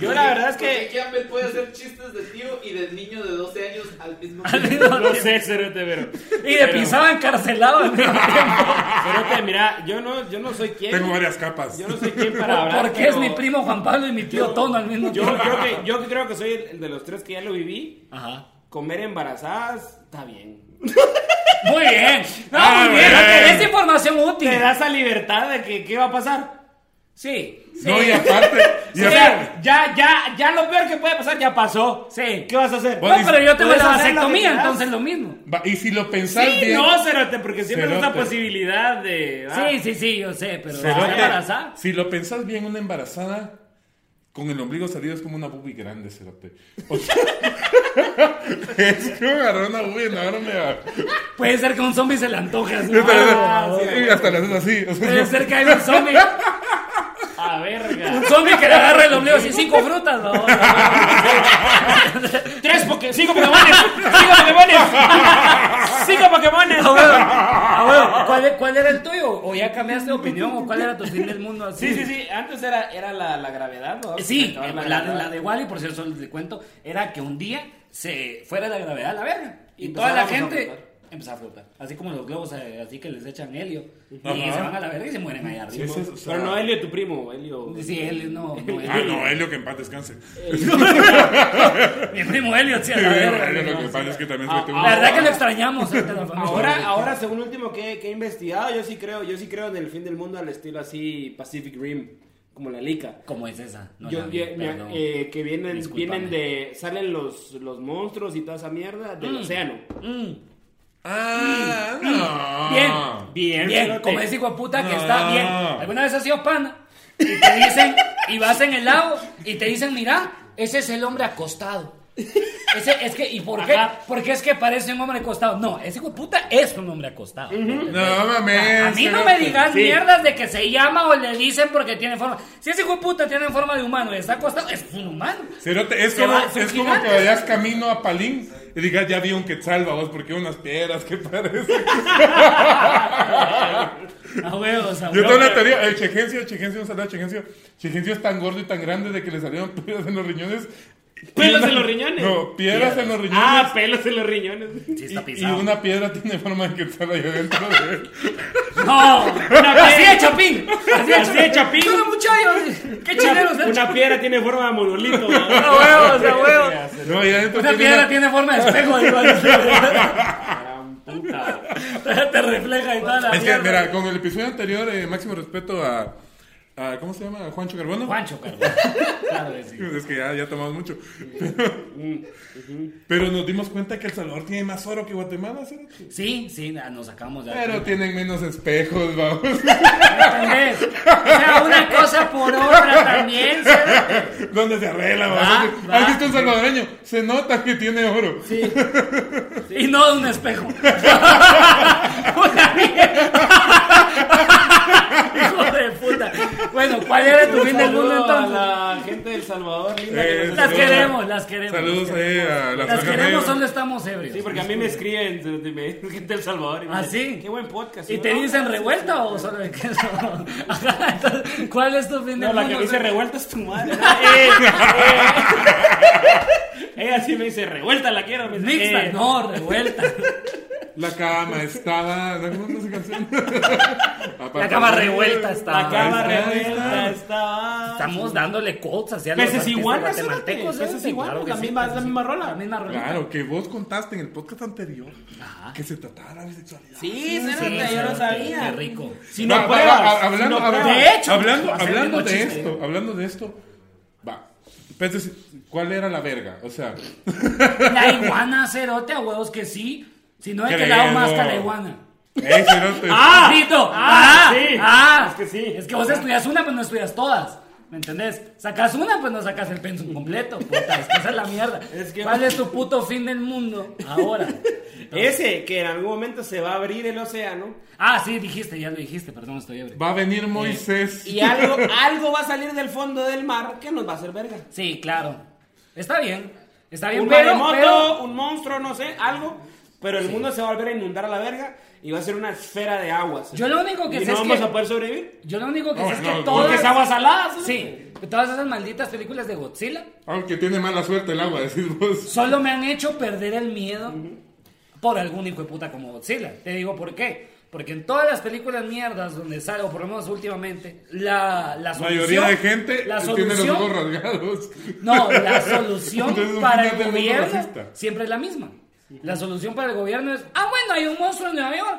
[SPEAKER 2] Yo la verdad es
[SPEAKER 4] Que
[SPEAKER 2] que.
[SPEAKER 4] Campbell puede hacer chistes de tío y del niño de 12 años al mismo
[SPEAKER 3] Al
[SPEAKER 4] tiempo.
[SPEAKER 3] mismo
[SPEAKER 2] No
[SPEAKER 3] tiempo.
[SPEAKER 2] sé, Cerote, pero.
[SPEAKER 3] Y de pisado encarcelado al mismo tiempo.
[SPEAKER 2] Cerote, mira, yo no, yo no soy quien.
[SPEAKER 1] Tengo varias capas.
[SPEAKER 2] Yo no soy quien para hablar.
[SPEAKER 3] Porque es
[SPEAKER 2] pero
[SPEAKER 3] mi primo Juan Pablo y mi tío Tono al mismo
[SPEAKER 2] Yo
[SPEAKER 3] tiempo.
[SPEAKER 2] creo que, yo creo que soy el, el de los tres que ya lo viví.
[SPEAKER 3] Ajá.
[SPEAKER 2] Comer embarazadas está bien.
[SPEAKER 3] Muy bien. No,
[SPEAKER 1] Ah,
[SPEAKER 3] muy bien.
[SPEAKER 1] bien.
[SPEAKER 3] ok, Es información útil.
[SPEAKER 2] Te da esa libertad de que qué va a pasar.
[SPEAKER 3] Sí. sí.
[SPEAKER 1] No, y aparte, y
[SPEAKER 2] O
[SPEAKER 1] aparte-
[SPEAKER 2] sea, ya, ya, ya lo peor que puede pasar ya pasó.
[SPEAKER 3] Sí.
[SPEAKER 2] ¿Qué vas a hacer?
[SPEAKER 1] Vos
[SPEAKER 3] No, pero yo tengo
[SPEAKER 2] Puedes
[SPEAKER 3] la
[SPEAKER 2] hacer lo que
[SPEAKER 3] vasectomía,
[SPEAKER 2] quieras.
[SPEAKER 3] entonces lo mismo.
[SPEAKER 1] va, y si lo pensás
[SPEAKER 2] Sí,
[SPEAKER 1] bien,
[SPEAKER 2] no, Cerote, porque siempre es una
[SPEAKER 1] Cerote.
[SPEAKER 2] posibilidad de. ah,
[SPEAKER 3] Sí, sí, sí, yo sé, pero
[SPEAKER 1] cerote,
[SPEAKER 3] ¿está embarazada?
[SPEAKER 1] si lo pensás bien, una embarazada con el ombligo salido es como una bubi grande, cerote. O sea, es que agarrar una bubi enorme. va.
[SPEAKER 3] Puede ser que un zombie se le antoje así.
[SPEAKER 2] Ah,
[SPEAKER 1] y hasta las haces así. o sea,
[SPEAKER 3] Puede
[SPEAKER 1] no-
[SPEAKER 3] ser que haya un zombie,
[SPEAKER 2] A verga.
[SPEAKER 3] un zombie que le agarre el ombligo así, cinco frutas, ¿no?
[SPEAKER 2] Tres Pokémon. Cinco Pokémones. Cinco Pokémones. Cinco Pokémones.
[SPEAKER 3] Ah, huevo. Ah, huevo. ¿Cuál, e- ¿Cuál era el tuyo? ¿O ya cambiaste de opinión? ¿O cuál era tu fin del mundo así?
[SPEAKER 2] Sí, sí, sí. Antes era, era la, la gravedad, ¿no?
[SPEAKER 3] Sí,
[SPEAKER 2] Acabar
[SPEAKER 3] la, la- la
[SPEAKER 2] gravedad.
[SPEAKER 3] de Wally, por cierto, solo te cuento, era que un día se fuera la gravedad a la verga. Y
[SPEAKER 2] Y
[SPEAKER 3] toda la
[SPEAKER 2] empezábamos a
[SPEAKER 3] gente
[SPEAKER 2] flotar.
[SPEAKER 3] empezaba a flotar. Así como los globos, eh, así que les echan helio. Y
[SPEAKER 1] Ajá.
[SPEAKER 3] se van a la verga y se mueren allá
[SPEAKER 1] Sí,
[SPEAKER 3] arriba.
[SPEAKER 1] ese es- o sea,
[SPEAKER 2] Pero no Helio, tu primo, Helio.
[SPEAKER 3] Sí, Helio, no. no
[SPEAKER 1] Ah, no, Helio, que en paz descanse.
[SPEAKER 3] Mi primo Helio, sí, a la verga.
[SPEAKER 1] Helio, lo
[SPEAKER 3] no,
[SPEAKER 1] que
[SPEAKER 3] sí.
[SPEAKER 1] pasa es que también
[SPEAKER 2] Ah,
[SPEAKER 1] se mete
[SPEAKER 2] ah,
[SPEAKER 1] un...
[SPEAKER 3] La verdad que lo extrañamos. ahorita la familia.
[SPEAKER 2] Ahora, ahora según lo último que, que he investigado, yo sí creo, yo sí creo en el fin del mundo al estilo así Pacific Rim, como la lica.
[SPEAKER 3] ¿Cómo es esa? No
[SPEAKER 2] Yo-
[SPEAKER 3] la vi,
[SPEAKER 2] yo- mira,
[SPEAKER 3] perdón.
[SPEAKER 2] eh, que vienen,
[SPEAKER 3] Discúlpame.
[SPEAKER 2] vienen de, salen los, los monstruos y toda esa mierda del océano.
[SPEAKER 3] Mm,
[SPEAKER 1] Ah, no.
[SPEAKER 3] Bien,
[SPEAKER 2] Bien,
[SPEAKER 3] Ah. bien,
[SPEAKER 2] cerote.
[SPEAKER 3] como ese hijo de puta que
[SPEAKER 1] No.
[SPEAKER 3] está bien. ¿Alguna vez has sido pana? Y te dicen, y vas en el lago, y te dicen, mira, ese es el hombre acostado. Ese, es que, ¿y por qué?
[SPEAKER 2] Ajá.
[SPEAKER 3] Porque es que parece un hombre acostado. No, ese hijo de puta es un hombre acostado.
[SPEAKER 1] No mames.
[SPEAKER 3] A mí no me
[SPEAKER 1] cerote.
[SPEAKER 3] digas
[SPEAKER 2] Sí.
[SPEAKER 3] mierdas de que se llama o le dicen porque tiene forma. Si ese hijo de puta tiene forma de humano y está acostado, es un humano.
[SPEAKER 1] Cerote, es
[SPEAKER 3] Se
[SPEAKER 1] como,
[SPEAKER 3] va- son
[SPEAKER 1] es como que
[SPEAKER 3] gigantes.
[SPEAKER 1] vayas camino a Palín y digas, ya vi un quetzal, babos, porque unas piedras que parecen.
[SPEAKER 3] A huevos, a
[SPEAKER 1] Yo
[SPEAKER 3] huevos.
[SPEAKER 1] tengo una teoría, el Chegencio, Chegencio, un saludo a Chegencio. Chegencio es tan gordo y tan grande de que le salieron piedras en los riñones.
[SPEAKER 2] ¿Pelos
[SPEAKER 1] Y
[SPEAKER 2] en los riñones?
[SPEAKER 1] No, piedras en los riñones.
[SPEAKER 2] Ah, pelos en los riñones.
[SPEAKER 3] Sí,
[SPEAKER 1] y,
[SPEAKER 3] está
[SPEAKER 1] y
[SPEAKER 3] pisado.
[SPEAKER 1] una piedra tiene forma de quetzal ahí adentro de él.
[SPEAKER 3] No,
[SPEAKER 2] piedra.
[SPEAKER 3] así de chapín. Así de
[SPEAKER 2] Así de chapín.
[SPEAKER 3] No, muchachos. Qué ¿eh? Ah, chileros.
[SPEAKER 2] Una, una piedra tiene forma de monolito.
[SPEAKER 3] A huevos, a huevos.
[SPEAKER 1] No, y adentro
[SPEAKER 3] Una
[SPEAKER 1] tiene
[SPEAKER 3] piedra
[SPEAKER 1] una-
[SPEAKER 3] tiene forma de espejo. igual.
[SPEAKER 2] Gran puta.
[SPEAKER 3] Te refleja y toda la
[SPEAKER 1] Es que,
[SPEAKER 3] mierda.
[SPEAKER 1] mira, con el episodio anterior, eh, máximo respeto a, a- ¿Cómo se llama? ¿A Juancho Carbono.
[SPEAKER 3] Juancho, Carbón. Claro que sí.
[SPEAKER 1] Es que ya, ya tomamos mucho. Pero, pero nos dimos cuenta que El Salvador tiene más oro que Guatemala, cerote.
[SPEAKER 3] Sí, sí, ah, nos sacamos de
[SPEAKER 1] Pero
[SPEAKER 3] aquí.
[SPEAKER 1] tienen menos espejos, vamos.
[SPEAKER 3] ¿Entendés? O sea, una cosa por otra también. ¿sabes?
[SPEAKER 1] ¿Dónde se arregla,
[SPEAKER 3] Va,
[SPEAKER 1] vamos?
[SPEAKER 3] va.
[SPEAKER 1] ¿Has visto un salvadoreño? Se nota que tiene oro.
[SPEAKER 3] Y no de un espejo. Una mierda. Hijo de puta. Bueno, ¿cuál era tu fin del mundo
[SPEAKER 2] Saludo a
[SPEAKER 3] entonces?
[SPEAKER 2] la gente del Salvador, linda, que
[SPEAKER 1] Eh,
[SPEAKER 2] nos está
[SPEAKER 3] Las
[SPEAKER 1] saludos
[SPEAKER 2] escuchando.
[SPEAKER 3] queremos, las queremos.
[SPEAKER 1] Saludos ahí a las
[SPEAKER 3] Las
[SPEAKER 1] Franjas
[SPEAKER 3] queremos
[SPEAKER 1] Negras.
[SPEAKER 3] solo estamos ebrios.
[SPEAKER 2] Sí, porque a mí me escriben cerote, me dicen gente del Salvador. y me
[SPEAKER 3] ¿Ah,
[SPEAKER 2] dicen,
[SPEAKER 3] sí?
[SPEAKER 2] Qué buen podcast.
[SPEAKER 3] ¿Y
[SPEAKER 2] yo,
[SPEAKER 3] te
[SPEAKER 2] no,
[SPEAKER 3] dicen revuelta o solo de queso? Ajá, entonces, ¿Cuál es tu fin
[SPEAKER 2] No,
[SPEAKER 3] del
[SPEAKER 2] la que
[SPEAKER 3] mundo?
[SPEAKER 2] me dice revuelta es tu madre. Eh, eh. Ella sí me dice revuelta, la quiero. Me dice,
[SPEAKER 3] Mixta,
[SPEAKER 2] eh,
[SPEAKER 3] no, revuelta.
[SPEAKER 1] La cama estaba. ¿no? ¿Cómo es esa canción? capa.
[SPEAKER 3] La cama revuelta
[SPEAKER 2] La
[SPEAKER 3] está.
[SPEAKER 2] cama
[SPEAKER 1] ahí está, ahí
[SPEAKER 2] revuelta
[SPEAKER 1] está.
[SPEAKER 2] está. Pues
[SPEAKER 3] Estamos dándole quotes hacia los
[SPEAKER 2] Peces
[SPEAKER 3] artistas
[SPEAKER 2] iguanas,
[SPEAKER 3] guatemaltecos.
[SPEAKER 2] cerote, peces
[SPEAKER 3] ¿eh?
[SPEAKER 2] iguanas,
[SPEAKER 3] Claro que
[SPEAKER 2] la
[SPEAKER 3] sí,
[SPEAKER 2] misma-
[SPEAKER 3] peces
[SPEAKER 2] la misma
[SPEAKER 3] iguanas.
[SPEAKER 2] rola.
[SPEAKER 3] La misma rola.
[SPEAKER 1] Claro, que vos contaste en el podcast anterior que se trataba de la bisexualidad.
[SPEAKER 2] Sí,
[SPEAKER 3] Sí,
[SPEAKER 2] cerote, yo
[SPEAKER 3] cerote,
[SPEAKER 2] no sabía.
[SPEAKER 3] Qué rico.
[SPEAKER 2] Si no
[SPEAKER 1] Va, va,
[SPEAKER 2] pruebas.
[SPEAKER 1] va,
[SPEAKER 2] si
[SPEAKER 1] hablando,
[SPEAKER 2] no
[SPEAKER 1] hablando-
[SPEAKER 2] pruebas.
[SPEAKER 3] De hecho,
[SPEAKER 1] hablando,
[SPEAKER 3] va a ser
[SPEAKER 1] hablando
[SPEAKER 3] el mismo
[SPEAKER 1] de
[SPEAKER 3] chiste.
[SPEAKER 1] esto, hablando de esto, va. Entonces, ¿cuál era la verga? O sea,
[SPEAKER 3] La iguana, cerote, a huevos que sí. Si no he
[SPEAKER 1] Creo.
[SPEAKER 3] quedado más que la iguana.
[SPEAKER 1] eh, cerote.
[SPEAKER 3] ¡Ah! ¡Ah!
[SPEAKER 5] ah, sí.
[SPEAKER 3] ¡Ah!
[SPEAKER 5] Es que sí.
[SPEAKER 3] Es que vos estudias una, pues no estudias todas. ¿Me entendés? Sacas una, pues no sacas el pensum completo. Puta, es que esa es la mierda.
[SPEAKER 2] Es que-
[SPEAKER 3] ¿Cuál es tu puto fin del mundo ahora?
[SPEAKER 2] Ese que en algún momento se va a abrir el océano
[SPEAKER 3] Ah, sí, dijiste, ya lo dijiste, perdón, estoy ebrio.
[SPEAKER 1] va a venir Moisés.
[SPEAKER 2] y algo, algo va a salir del fondo del mar que nos va a hacer verga.
[SPEAKER 3] Sí, claro. Está bien. Está bien,
[SPEAKER 2] Un
[SPEAKER 3] pero,
[SPEAKER 2] maremoto,
[SPEAKER 3] pero-
[SPEAKER 2] un monstruo, no sé, algo. Pero el mundo se va a volver a inundar a la verga y va a ser una esfera de aguas.
[SPEAKER 3] Yo lo único que
[SPEAKER 2] y no
[SPEAKER 3] sé es
[SPEAKER 2] vamos
[SPEAKER 3] que-
[SPEAKER 2] a poder sobrevivir.
[SPEAKER 3] Yo lo único que
[SPEAKER 1] No,
[SPEAKER 3] sé es
[SPEAKER 1] no,
[SPEAKER 3] que
[SPEAKER 1] porque
[SPEAKER 3] todas...
[SPEAKER 2] es agua salada, ¿sí?
[SPEAKER 3] Sí, todas esas malditas películas de Godzilla
[SPEAKER 1] Aunque tiene mala suerte el agua, decís vos.
[SPEAKER 3] solo me han hecho perder el miedo por algún hijo de puta como Godzilla. Te digo por qué. Porque en todas las películas mierdas donde sale, o por lo menos últimamente, la, la
[SPEAKER 1] La
[SPEAKER 3] solución...
[SPEAKER 1] mayoría de gente
[SPEAKER 3] la
[SPEAKER 1] tiene los
[SPEAKER 3] solución,
[SPEAKER 1] ojos rasgados.
[SPEAKER 3] No, la solución
[SPEAKER 1] Entonces, es un
[SPEAKER 3] para
[SPEAKER 1] final
[SPEAKER 3] el
[SPEAKER 1] del mundo
[SPEAKER 3] gobierno
[SPEAKER 1] racista.
[SPEAKER 3] siempre es la misma. La solución para el gobierno es, ah, bueno, hay un monstruo en Nueva York.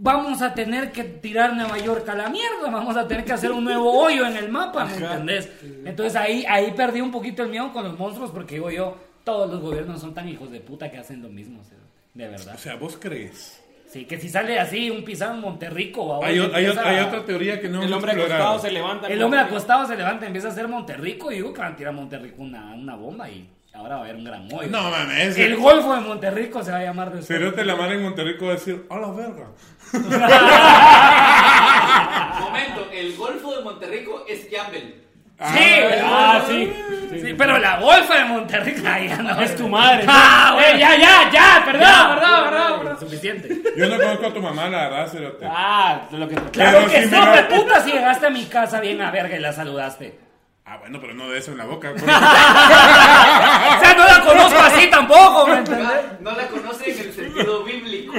[SPEAKER 3] Vamos a tener que tirar Nueva York a la mierda, vamos a tener que hacer un nuevo hoyo en el mapa, ¿me entendés? Entonces ahí, ahí perdí un poquito el miedo con los monstruos porque digo yo, todos los gobiernos son tan hijos de puta que hacen lo mismo, o sea, de
[SPEAKER 1] O
[SPEAKER 3] verdad.
[SPEAKER 1] sea, ¿vos crees?
[SPEAKER 3] Sí, que si sale así un pisado Monterrico, babón,
[SPEAKER 1] Hay, o- hay o-
[SPEAKER 3] empieza-
[SPEAKER 1] hay otra teoría que no
[SPEAKER 2] El
[SPEAKER 1] hemos
[SPEAKER 2] hombre acostado
[SPEAKER 1] explorado.
[SPEAKER 2] se levanta.
[SPEAKER 3] el hombre acostado se levanta, empieza a hacer Monterrico y digo que van a tirar a Monterrico una, una bomba y ahora va a haber un gran hoyo.
[SPEAKER 1] No mames.
[SPEAKER 3] el
[SPEAKER 1] El
[SPEAKER 3] Golfo de Monterrico se va a llamar después.
[SPEAKER 1] cerote la mar en Monterrico va a decir, a la verga.
[SPEAKER 4] Momento, el Golfo de Monterrico es Campbell.
[SPEAKER 3] Sí,
[SPEAKER 5] Ah, sí.
[SPEAKER 3] sí, pero la Golfa de Monterrico ahí ya no
[SPEAKER 5] Es tu madre.
[SPEAKER 3] Ah,
[SPEAKER 5] Eh,
[SPEAKER 3] bueno.
[SPEAKER 5] ya, ya, ya, perdón,
[SPEAKER 3] Ya,
[SPEAKER 5] perdón,
[SPEAKER 3] ya,
[SPEAKER 5] perdón,
[SPEAKER 3] ya,
[SPEAKER 5] perdón.
[SPEAKER 3] Suficiente.
[SPEAKER 1] Yo no conozco a tu mamá, la verdad, cerote.
[SPEAKER 5] Ah, lo que
[SPEAKER 3] Claro
[SPEAKER 1] Pero
[SPEAKER 3] que
[SPEAKER 1] sí
[SPEAKER 3] sí,
[SPEAKER 1] me va-
[SPEAKER 3] me puta si llegaste a mi casa bien a verga y la saludaste.
[SPEAKER 1] Ah, bueno, pero no de eso en la boca. pues.
[SPEAKER 3] O sea, no la conozco así tampoco, ¿me entendés?
[SPEAKER 4] Ah, No la conoce en el sentido bíblico.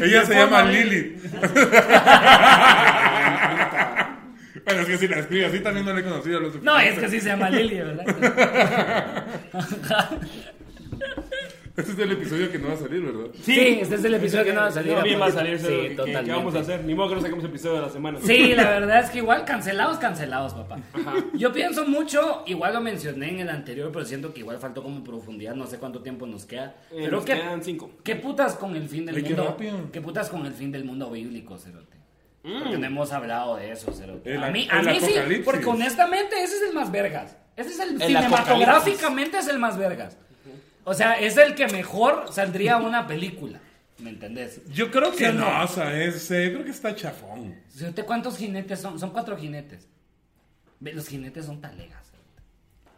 [SPEAKER 1] Ella se llama Lili. bueno, es que si la escribe así también no la he conocido lo
[SPEAKER 3] No,
[SPEAKER 1] suficiente.
[SPEAKER 3] es que sí se llama Lili, ¿verdad?
[SPEAKER 1] Este es el episodio que no va a salir, ¿verdad?
[SPEAKER 3] Sí, este es el episodio que no va a salir.
[SPEAKER 5] No, bien va a salir.
[SPEAKER 3] Sí,
[SPEAKER 5] eso es lo que- que-
[SPEAKER 3] totalmente.
[SPEAKER 5] ¿Qué vamos a hacer? Ni modo que no saquemos episodio de la semana.
[SPEAKER 3] Sí, la verdad es que igual cancelados, cancelados, papá. Yo pienso mucho, igual lo mencioné en el anterior, pero siento que igual faltó como profundidad, no sé cuánto tiempo nos queda.
[SPEAKER 2] Eh,
[SPEAKER 3] pero
[SPEAKER 2] nos
[SPEAKER 3] qué,
[SPEAKER 2] quedan cinco.
[SPEAKER 3] ¿Qué putas con el fin del
[SPEAKER 1] Ay, qué
[SPEAKER 3] mundo?
[SPEAKER 1] rápido.
[SPEAKER 3] ¿Qué putas con el fin del mundo bíblico, Cerote? Porque
[SPEAKER 2] Mm.
[SPEAKER 3] no hemos hablado de eso, Cerote.
[SPEAKER 1] El
[SPEAKER 3] a
[SPEAKER 1] a-
[SPEAKER 3] mí, a
[SPEAKER 1] el
[SPEAKER 3] mí sí,
[SPEAKER 1] apocalipsis.
[SPEAKER 3] porque honestamente ese es el más vergas. Ese es el,
[SPEAKER 2] El
[SPEAKER 3] cinematográficamente es el más vergas. O sea, es el que mejor saldría una película. ¿Me entendés?
[SPEAKER 1] Yo creo
[SPEAKER 3] ¿Sí o
[SPEAKER 1] no,
[SPEAKER 3] no?
[SPEAKER 1] o sea, es, eh, creo que está chafón.
[SPEAKER 3] Cerote, ¿cuántos jinetes son? Son cuatro jinetes. Ve, Los jinetes son talegas. cerote.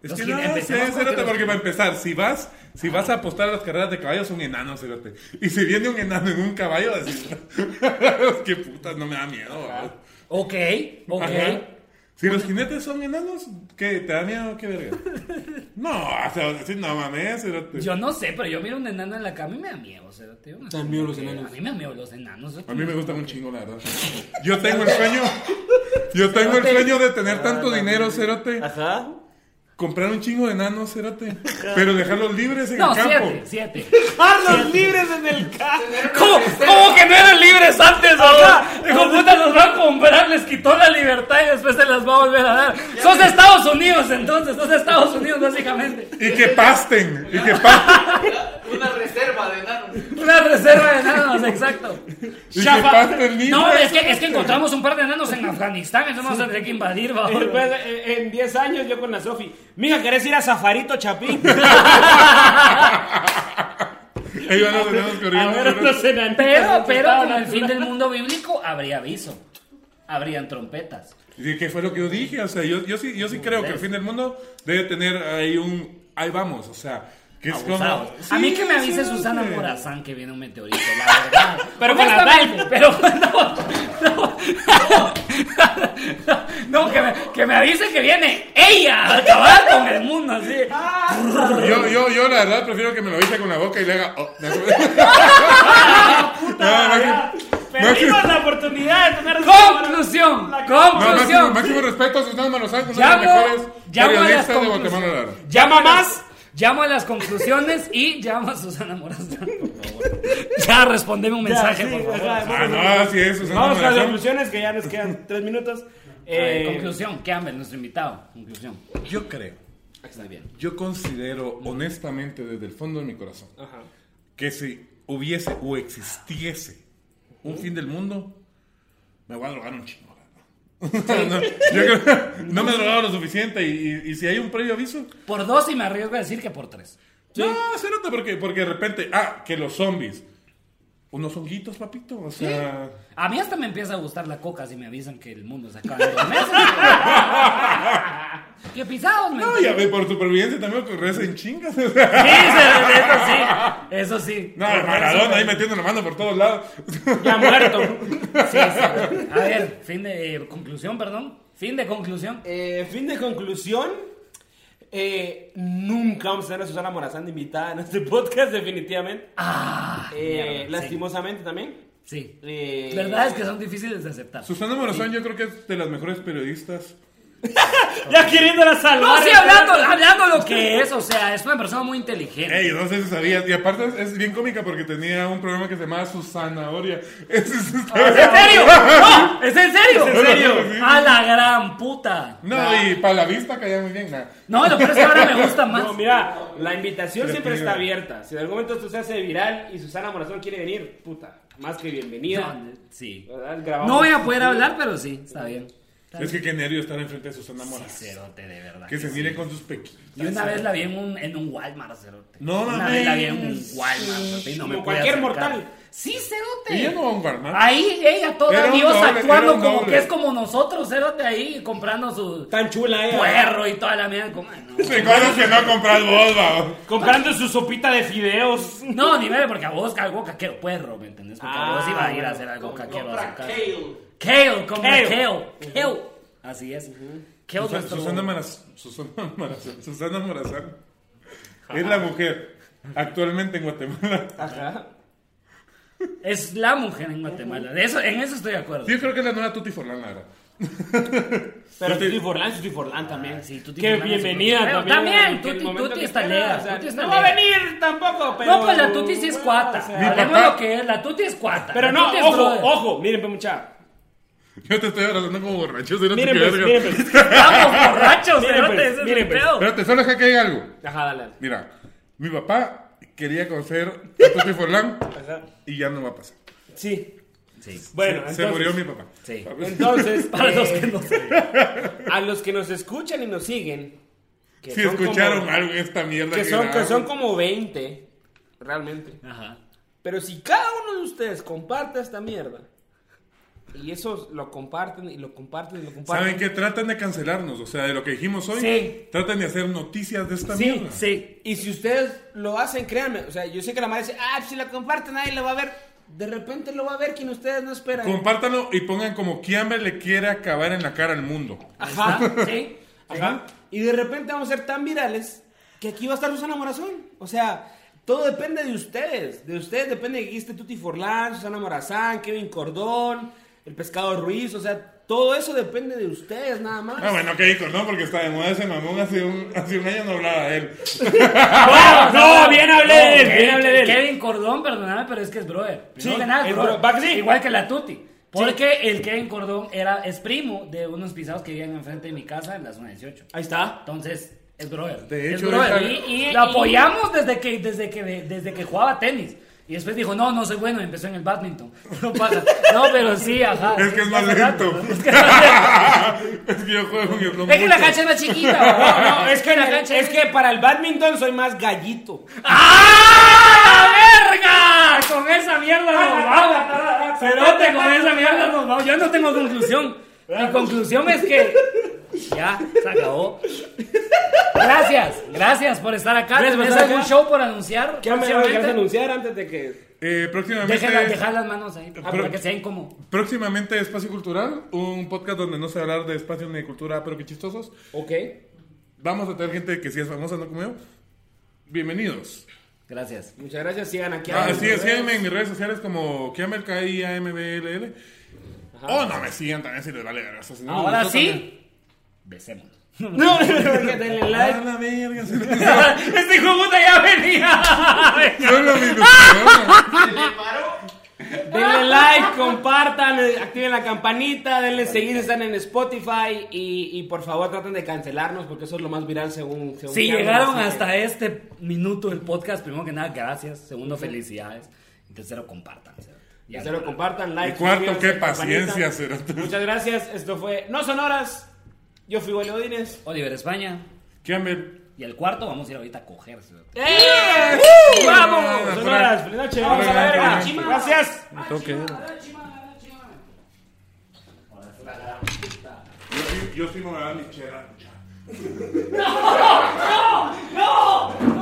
[SPEAKER 1] Es
[SPEAKER 3] Los
[SPEAKER 1] que no
[SPEAKER 3] jine-
[SPEAKER 1] sé,
[SPEAKER 3] empecemos con que
[SPEAKER 1] cerote,
[SPEAKER 3] los
[SPEAKER 1] porque
[SPEAKER 3] jine-
[SPEAKER 1] para empezar, si vas, si vas a apostar a las carreras de caballos, un enano, cerote. Y si viene un enano en un caballo, decís, qué putas, no me da miedo, ¿verdad?
[SPEAKER 3] Ok, ok. Pues
[SPEAKER 1] Ajá. Si los jinetes son enanos, ¿qué? ¿Te da miedo? ¿Qué verga? No, o sea, decís, no mames, cerote.
[SPEAKER 3] Yo no sé, pero yo miro un enano en la cama y me da miedo, cerote. Yo no sé
[SPEAKER 2] dan miedo
[SPEAKER 3] por
[SPEAKER 2] los
[SPEAKER 3] qué.
[SPEAKER 2] enanos.
[SPEAKER 3] A mí me da miedo los enanos.
[SPEAKER 1] A mí me gustan un chingo, la verdad. Yo tengo el sueño. Yo tengo el sueño de tener tanto dinero, cerote.
[SPEAKER 2] Ajá.
[SPEAKER 1] Comprar un chingo de enanos, cerote. Pero dejarlos libres en
[SPEAKER 3] No,
[SPEAKER 1] el campo.
[SPEAKER 3] siete, siete.
[SPEAKER 2] Carlos libres en el carro.
[SPEAKER 3] ¿Cómo, cómo que no eran libres antes, acá? Dijo, puta, los va a comprar, les quitó la libertad y después se las va a volver a dar. Sos de Estados Unidos, entonces, sos de Estados Unidos, básicamente.
[SPEAKER 1] Y que pasten. Y que pasten.
[SPEAKER 4] Una reserva de enanos.
[SPEAKER 3] Una reserva de enanos, exacto.
[SPEAKER 1] Y que pasten libres.
[SPEAKER 3] No, es que, es que encontramos un par de enanos en Afganistán, entonces vamos a tener que invadir,
[SPEAKER 5] Y
[SPEAKER 3] babón.
[SPEAKER 5] después, eh, en 10 años, yo con la Sofi. Mija, ¿querés ir a Safarito Chapín?
[SPEAKER 1] Ahí van los enanos
[SPEAKER 5] a ver
[SPEAKER 1] corriendo.
[SPEAKER 5] otros
[SPEAKER 1] cerote.
[SPEAKER 5] enanitos.
[SPEAKER 3] Pero, pero,
[SPEAKER 5] sentados
[SPEAKER 3] con el
[SPEAKER 5] en
[SPEAKER 3] fin
[SPEAKER 5] la-
[SPEAKER 3] del mundo bíblico habría aviso. Habrían trompetas.
[SPEAKER 1] Y que fue lo que yo dije. O sea, yo, yo sí, yo sí creo que el fin del mundo debe tener ahí un... Ahí vamos, o sea... Que es como...
[SPEAKER 3] Abusados. a mí que me avise
[SPEAKER 1] Sí,
[SPEAKER 3] Susana
[SPEAKER 1] cerote.
[SPEAKER 3] Morazán que viene un meteorito, la verdad.
[SPEAKER 5] Pero con la
[SPEAKER 3] Honestamente, Pero no, no. No, que, me, que me avise que viene ella a acabar con el mundo así.
[SPEAKER 1] Ah, Yo, yo, yo la verdad prefiero que me lo avise con la boca y le haga. oh. No, no, no,
[SPEAKER 5] ya.
[SPEAKER 1] no,
[SPEAKER 2] Tuvimos la oportunidad de tener
[SPEAKER 3] Conclusión,
[SPEAKER 2] La
[SPEAKER 1] No,
[SPEAKER 2] cámara.
[SPEAKER 1] máximo, máximo respeto a Susana Manozán, una de
[SPEAKER 3] Llamo-
[SPEAKER 1] las mejores
[SPEAKER 3] llamo a
[SPEAKER 1] periodistas
[SPEAKER 3] las
[SPEAKER 1] de
[SPEAKER 3] conclusiones.
[SPEAKER 1] Guatemala. Lara.
[SPEAKER 2] Llama más.
[SPEAKER 3] Llamo a las conclusiones y llamo a Susana Morazán, por favor. Ya, respondeme un mensaje,
[SPEAKER 2] Ya, sí,
[SPEAKER 3] por favor.
[SPEAKER 2] ajá,
[SPEAKER 1] Ah, no, así es, Susana
[SPEAKER 2] Vamos con las
[SPEAKER 1] Morazán.
[SPEAKER 2] conclusiones que ya nos quedan tres minutos.
[SPEAKER 3] A ver,
[SPEAKER 2] Eh,
[SPEAKER 3] conclusión, ¿qué hambre? Nuestro invitado. Conclusión.
[SPEAKER 1] Yo creo,
[SPEAKER 3] Está bien.
[SPEAKER 1] yo considero honestamente desde el fondo de mi corazón que si hubiese o existiese un fin del mundo, me voy a drogar un chingo. la verdad. no, yo creo- no me he drogado lo suficiente y, y- y si hay un previo aviso,
[SPEAKER 3] Por dos y me arriesgo a decir que por tres.
[SPEAKER 1] no, se nota porque, porque de repente, ah, que los zombies, unos honguitos, papito, o sea...
[SPEAKER 3] A mí hasta me empieza a gustar la coca si me avisan que el mundo se acaba en dos meses. ¡Qué pisados, me
[SPEAKER 1] No, ya ve, por supervivencia también que en chingas.
[SPEAKER 3] Sí, se- eso sí, eso sí.
[SPEAKER 1] No, Maradona ahí metiendo la mano por todos lados.
[SPEAKER 2] Ya muerto.
[SPEAKER 3] Sí, sí. A ver, fin de eh, conclusión, perdón. Fin de conclusión.
[SPEAKER 2] Eh, fin de conclusión. eh, nunca vamos a tener a Susana Morazán de invitada en este podcast, definitivamente.
[SPEAKER 3] Ah,
[SPEAKER 2] Eh,
[SPEAKER 3] mierda, sí.
[SPEAKER 2] lastimosamente también.
[SPEAKER 3] Sí.
[SPEAKER 2] Eh,
[SPEAKER 3] Verdad es que son difíciles de aceptar.
[SPEAKER 1] Susana Morazán yo creo que es de las mejores periodistas.
[SPEAKER 2] Ya queriéndola
[SPEAKER 3] No,
[SPEAKER 2] salvar.
[SPEAKER 3] sí, hablando, hablando lo que es, o sea, es una persona muy inteligente.
[SPEAKER 1] Ey, no sé si sabías. Y aparte es, es bien cómica porque tenía un programa que se llamaba Susana Oria. Es, es- es-
[SPEAKER 3] ¿Es en serio? ¡No! ¡Es en serio!
[SPEAKER 1] ¿Es en serio?
[SPEAKER 3] ¡A la gran puta!
[SPEAKER 1] no, y para la vista caía muy bien. nah.
[SPEAKER 3] No, lo peor es que ahora me gusta más.
[SPEAKER 2] No, mira, la invitación
[SPEAKER 1] Creativa.
[SPEAKER 2] siempre está abierta. Si en algún momento esto se hace viral y Susana Morazón quiere venir, puta, más que bienvenida.
[SPEAKER 3] No, sí.
[SPEAKER 2] ¿Verdad? Grabamos.
[SPEAKER 3] No voy a poder hablar, pero sí, está bien. Está
[SPEAKER 1] Es
[SPEAKER 3] bien.
[SPEAKER 1] que qué nervio estar enfrente de Susana Morazán.
[SPEAKER 3] Cerote, de verdad.
[SPEAKER 1] Que se
[SPEAKER 3] sí.
[SPEAKER 1] mire con sus pequitas.
[SPEAKER 3] Y una vez la vi en un, en un Walmart, Cerote.
[SPEAKER 1] No
[SPEAKER 3] Una
[SPEAKER 1] mames.
[SPEAKER 3] vez la vi en un Walmart, Cerote. y no me
[SPEAKER 2] Como
[SPEAKER 3] pude
[SPEAKER 2] cualquier
[SPEAKER 3] acercar.
[SPEAKER 2] mortal.
[SPEAKER 3] Sí, Cerote.
[SPEAKER 1] Ella no va a un Walmart.
[SPEAKER 3] Ahí ella
[SPEAKER 1] Era
[SPEAKER 3] toda
[SPEAKER 1] un
[SPEAKER 3] Dios
[SPEAKER 1] doble, era
[SPEAKER 3] actuando
[SPEAKER 1] un
[SPEAKER 3] como
[SPEAKER 1] doble.
[SPEAKER 3] que es como nosotros, Cerote, ahí comprando su
[SPEAKER 2] Tan chula, eh.
[SPEAKER 3] puerro y toda la mierda. como, ah, no.
[SPEAKER 1] Sí, cosas que no compras vos, va.
[SPEAKER 2] Comprando su sopita de fideos.
[SPEAKER 3] No, ni verga, porque a vos algo caquero puerro, ¿me entendés? Porque
[SPEAKER 2] Ah,
[SPEAKER 3] a vos iba a ir a
[SPEAKER 2] bueno.
[SPEAKER 3] hacer algo caquero a
[SPEAKER 4] Compra
[SPEAKER 3] su casa.
[SPEAKER 4] kale.
[SPEAKER 3] Kale, como
[SPEAKER 2] Ah, Kale.
[SPEAKER 3] kale. Kale. Así es. Kale
[SPEAKER 1] Susa-
[SPEAKER 3] nuestro...
[SPEAKER 1] Susana Maraz- Susana Marazán. Susana Morazán. Es la mujer actualmente en Guatemala.
[SPEAKER 2] Ajá.
[SPEAKER 3] Es la mujer en Guatemala. De eso, en eso estoy de acuerdo.
[SPEAKER 1] Sí, Yo creo que es la nueva Tuti Forlán, la verdad.
[SPEAKER 2] Pero
[SPEAKER 1] Tuti-
[SPEAKER 2] Tuti Forlán, Tuti Forlán también.
[SPEAKER 3] Ah, sí, Tuti
[SPEAKER 2] Qué
[SPEAKER 3] Forlán es
[SPEAKER 2] bienvenida
[SPEAKER 3] otro. Pero
[SPEAKER 2] también.
[SPEAKER 3] también,
[SPEAKER 2] en aquel
[SPEAKER 3] Tuti-
[SPEAKER 2] momento
[SPEAKER 3] Tuti
[SPEAKER 2] que
[SPEAKER 3] está
[SPEAKER 2] quiera,
[SPEAKER 3] lea,
[SPEAKER 2] o sea,
[SPEAKER 3] Tuti está
[SPEAKER 2] no va a
[SPEAKER 3] lea.
[SPEAKER 2] venir tampoco, pero...
[SPEAKER 3] No, pues la tuti sí es cuata.
[SPEAKER 2] O sea,
[SPEAKER 1] Mi
[SPEAKER 3] Hablemos
[SPEAKER 1] papá-
[SPEAKER 3] lo que es, la tuti es cuata.
[SPEAKER 2] Pero
[SPEAKER 3] La
[SPEAKER 2] no,
[SPEAKER 3] tuti es
[SPEAKER 2] ojo,
[SPEAKER 3] brother.
[SPEAKER 2] ojo. Miren, pues, mucha.
[SPEAKER 1] Yo te estoy abrazando como borracho, si no te
[SPEAKER 2] Miren, pues,
[SPEAKER 1] verga.
[SPEAKER 2] miren, pues.
[SPEAKER 3] Estamos borrachos,
[SPEAKER 2] Miren,
[SPEAKER 3] cerote,
[SPEAKER 2] pues,
[SPEAKER 3] ese es
[SPEAKER 2] miren,
[SPEAKER 3] el
[SPEAKER 2] pues.
[SPEAKER 3] pedo.
[SPEAKER 1] Espérate, solo deja que diga algo.
[SPEAKER 2] Ajá, dale. dale.
[SPEAKER 1] Mira, mi papá quería conocer a Tuti Forlán y ya no va a pasar.
[SPEAKER 2] Sí.
[SPEAKER 3] Sí,
[SPEAKER 2] Bueno,
[SPEAKER 1] Se
[SPEAKER 2] entonces-
[SPEAKER 1] murió mi papá.
[SPEAKER 3] sí.
[SPEAKER 2] Entonces,
[SPEAKER 3] Para
[SPEAKER 2] eh,
[SPEAKER 3] los que no saben.
[SPEAKER 2] a los que nos escuchan y nos siguen, que
[SPEAKER 1] Si
[SPEAKER 2] son
[SPEAKER 1] escucharon
[SPEAKER 2] como-
[SPEAKER 1] algo esta mierda
[SPEAKER 2] que son,
[SPEAKER 1] era-
[SPEAKER 2] que son como 20, realmente.
[SPEAKER 3] Ajá.
[SPEAKER 2] Pero si cada uno de ustedes comparte esta mierda, y eso lo comparten y lo comparten y lo comparten.
[SPEAKER 1] ¿Saben qué? Tratan de cancelarnos, o sea, de lo que dijimos hoy.
[SPEAKER 3] Sí.
[SPEAKER 1] Tratan de hacer noticias de esta
[SPEAKER 3] Sí,
[SPEAKER 1] mierda.
[SPEAKER 3] sí.
[SPEAKER 2] Y si ustedes lo hacen, créanme, o sea, yo sé que la madre dice, ah, si la comparten nadie lo va a ver. De repente lo va a ver quien ustedes no esperan.
[SPEAKER 1] Compártanlo y pongan como Kiamber le quiere acabar en la cara al mundo.
[SPEAKER 2] Ajá.
[SPEAKER 3] ¿Está? Sí.
[SPEAKER 2] Ajá. Y de repente vamos a ser tan virales que aquí va a estar Susana Morazán. O sea, todo depende de ustedes. De ustedes depende de que esté Tuti Forlán, Susana Morazán, Kevin Cordón, el pescado Ruiz. O sea, todo eso depende de ustedes nada más.
[SPEAKER 1] Ah, bueno, qué dijo, ¿no? Porque está de moda ese mamón. Hace un, hace un año no hablaba de él.
[SPEAKER 2] no, bien hablé de él,
[SPEAKER 3] Kevin-
[SPEAKER 2] bien hablé de él.
[SPEAKER 3] Kevin Cordón, perdóname, pero es que es brother. Primero
[SPEAKER 2] Sí,
[SPEAKER 3] que nada, es
[SPEAKER 2] es
[SPEAKER 3] brother.
[SPEAKER 2] bro- va que sí.
[SPEAKER 3] Igual que la Tuti. Porque el Kevin Cordón era, es primo de unos pisados que vivían enfrente de mi casa en la zona 18.
[SPEAKER 2] Ahí está.
[SPEAKER 3] Entonces, es brother.
[SPEAKER 1] De
[SPEAKER 3] Es
[SPEAKER 1] hecho,
[SPEAKER 3] brother.
[SPEAKER 1] esa-
[SPEAKER 3] Y- y- lo apoyamos desde que, desde, que, desde que jugaba tenis. Y después dijo, no, no soy bueno, y empezó en el badminton. No pasa. No, pero sí, ajá.
[SPEAKER 1] Es que es más
[SPEAKER 3] Ya está,
[SPEAKER 1] lento.
[SPEAKER 3] ¿no? Es que es más lento.
[SPEAKER 1] es que yo juego en el
[SPEAKER 3] Es que la cancha es más chiquita.
[SPEAKER 2] No, no, es que,
[SPEAKER 3] la cancha
[SPEAKER 2] es que para el badminton soy más gallito.
[SPEAKER 3] pues ¡Ah, la verga! Con esa mierda nos vamos. Cerote, con esa mierda nos vamos. Yo no tengo conclusión. Mi conclusión es que ya se acabó. Gracias, gracias por estar acá.
[SPEAKER 2] Gracias por
[SPEAKER 3] ¿Tienes
[SPEAKER 2] estar
[SPEAKER 3] algún
[SPEAKER 2] acá.
[SPEAKER 3] show por anunciar?
[SPEAKER 2] ¿Qué me
[SPEAKER 3] próximamente?
[SPEAKER 2] quieres anunciar antes de que...
[SPEAKER 1] Eh, próximamente,
[SPEAKER 3] Deja, la- deja las manos ahí
[SPEAKER 1] Pero-
[SPEAKER 3] para que sean como.
[SPEAKER 1] próximamente Espacio Cultural, un podcast donde no se va a hablar de espacio ni de cultura, pero que chistosos.
[SPEAKER 2] Ok.
[SPEAKER 1] Vamos a tener gente que sí es famosa, no como yo. Bienvenidos.
[SPEAKER 3] Gracias.
[SPEAKER 2] Muchas gracias, sigan aquí. a-
[SPEAKER 1] Ah, sí, síganme en mis redes sociales como Kiamel, K-I-A-M-B-L-L. O Oh, no me sigan también si les vale verga. O sea, si no les
[SPEAKER 3] Ahora
[SPEAKER 1] gustó también.
[SPEAKER 3] sí, besémonos.
[SPEAKER 2] No, denle
[SPEAKER 1] Ah,
[SPEAKER 2] like.
[SPEAKER 1] la verga. si no-
[SPEAKER 3] este hijo de puta ya venía.
[SPEAKER 1] Solo mi ilusión.
[SPEAKER 6] ¿Le paró?
[SPEAKER 2] Denle like, compartan, eh, activen la campanita, denle seguir, están en Spotify y, y por favor traten de cancelarnos porque eso es lo más viral según... según
[SPEAKER 3] Si
[SPEAKER 2] Carlos,
[SPEAKER 3] llegaron
[SPEAKER 2] así
[SPEAKER 3] hasta
[SPEAKER 2] que-
[SPEAKER 3] este minuto del podcast, primero que nada, gracias. Segundo, felicidades. Y tercero, compartan.
[SPEAKER 2] Ya se lo compartan, like.
[SPEAKER 1] Y cuarto,
[SPEAKER 2] suscríbanse,
[SPEAKER 1] qué
[SPEAKER 2] campanita.
[SPEAKER 1] paciencia, Cerote.
[SPEAKER 2] Muchas gracias, esto fue No Sonoras. Yo fui Bueno Odines.
[SPEAKER 3] Oliver España.
[SPEAKER 1] Kiamel.
[SPEAKER 3] Y el cuarto, vamos a ir ahorita a coger. cerote.
[SPEAKER 1] Ah,
[SPEAKER 2] ¡Vamos! Sonoras, feliz noche. Vamos a ¡Eh, la verga. Gracias.
[SPEAKER 1] Toque. Yo sí, yo sí me voy a dar mi chela.
[SPEAKER 3] ¡No!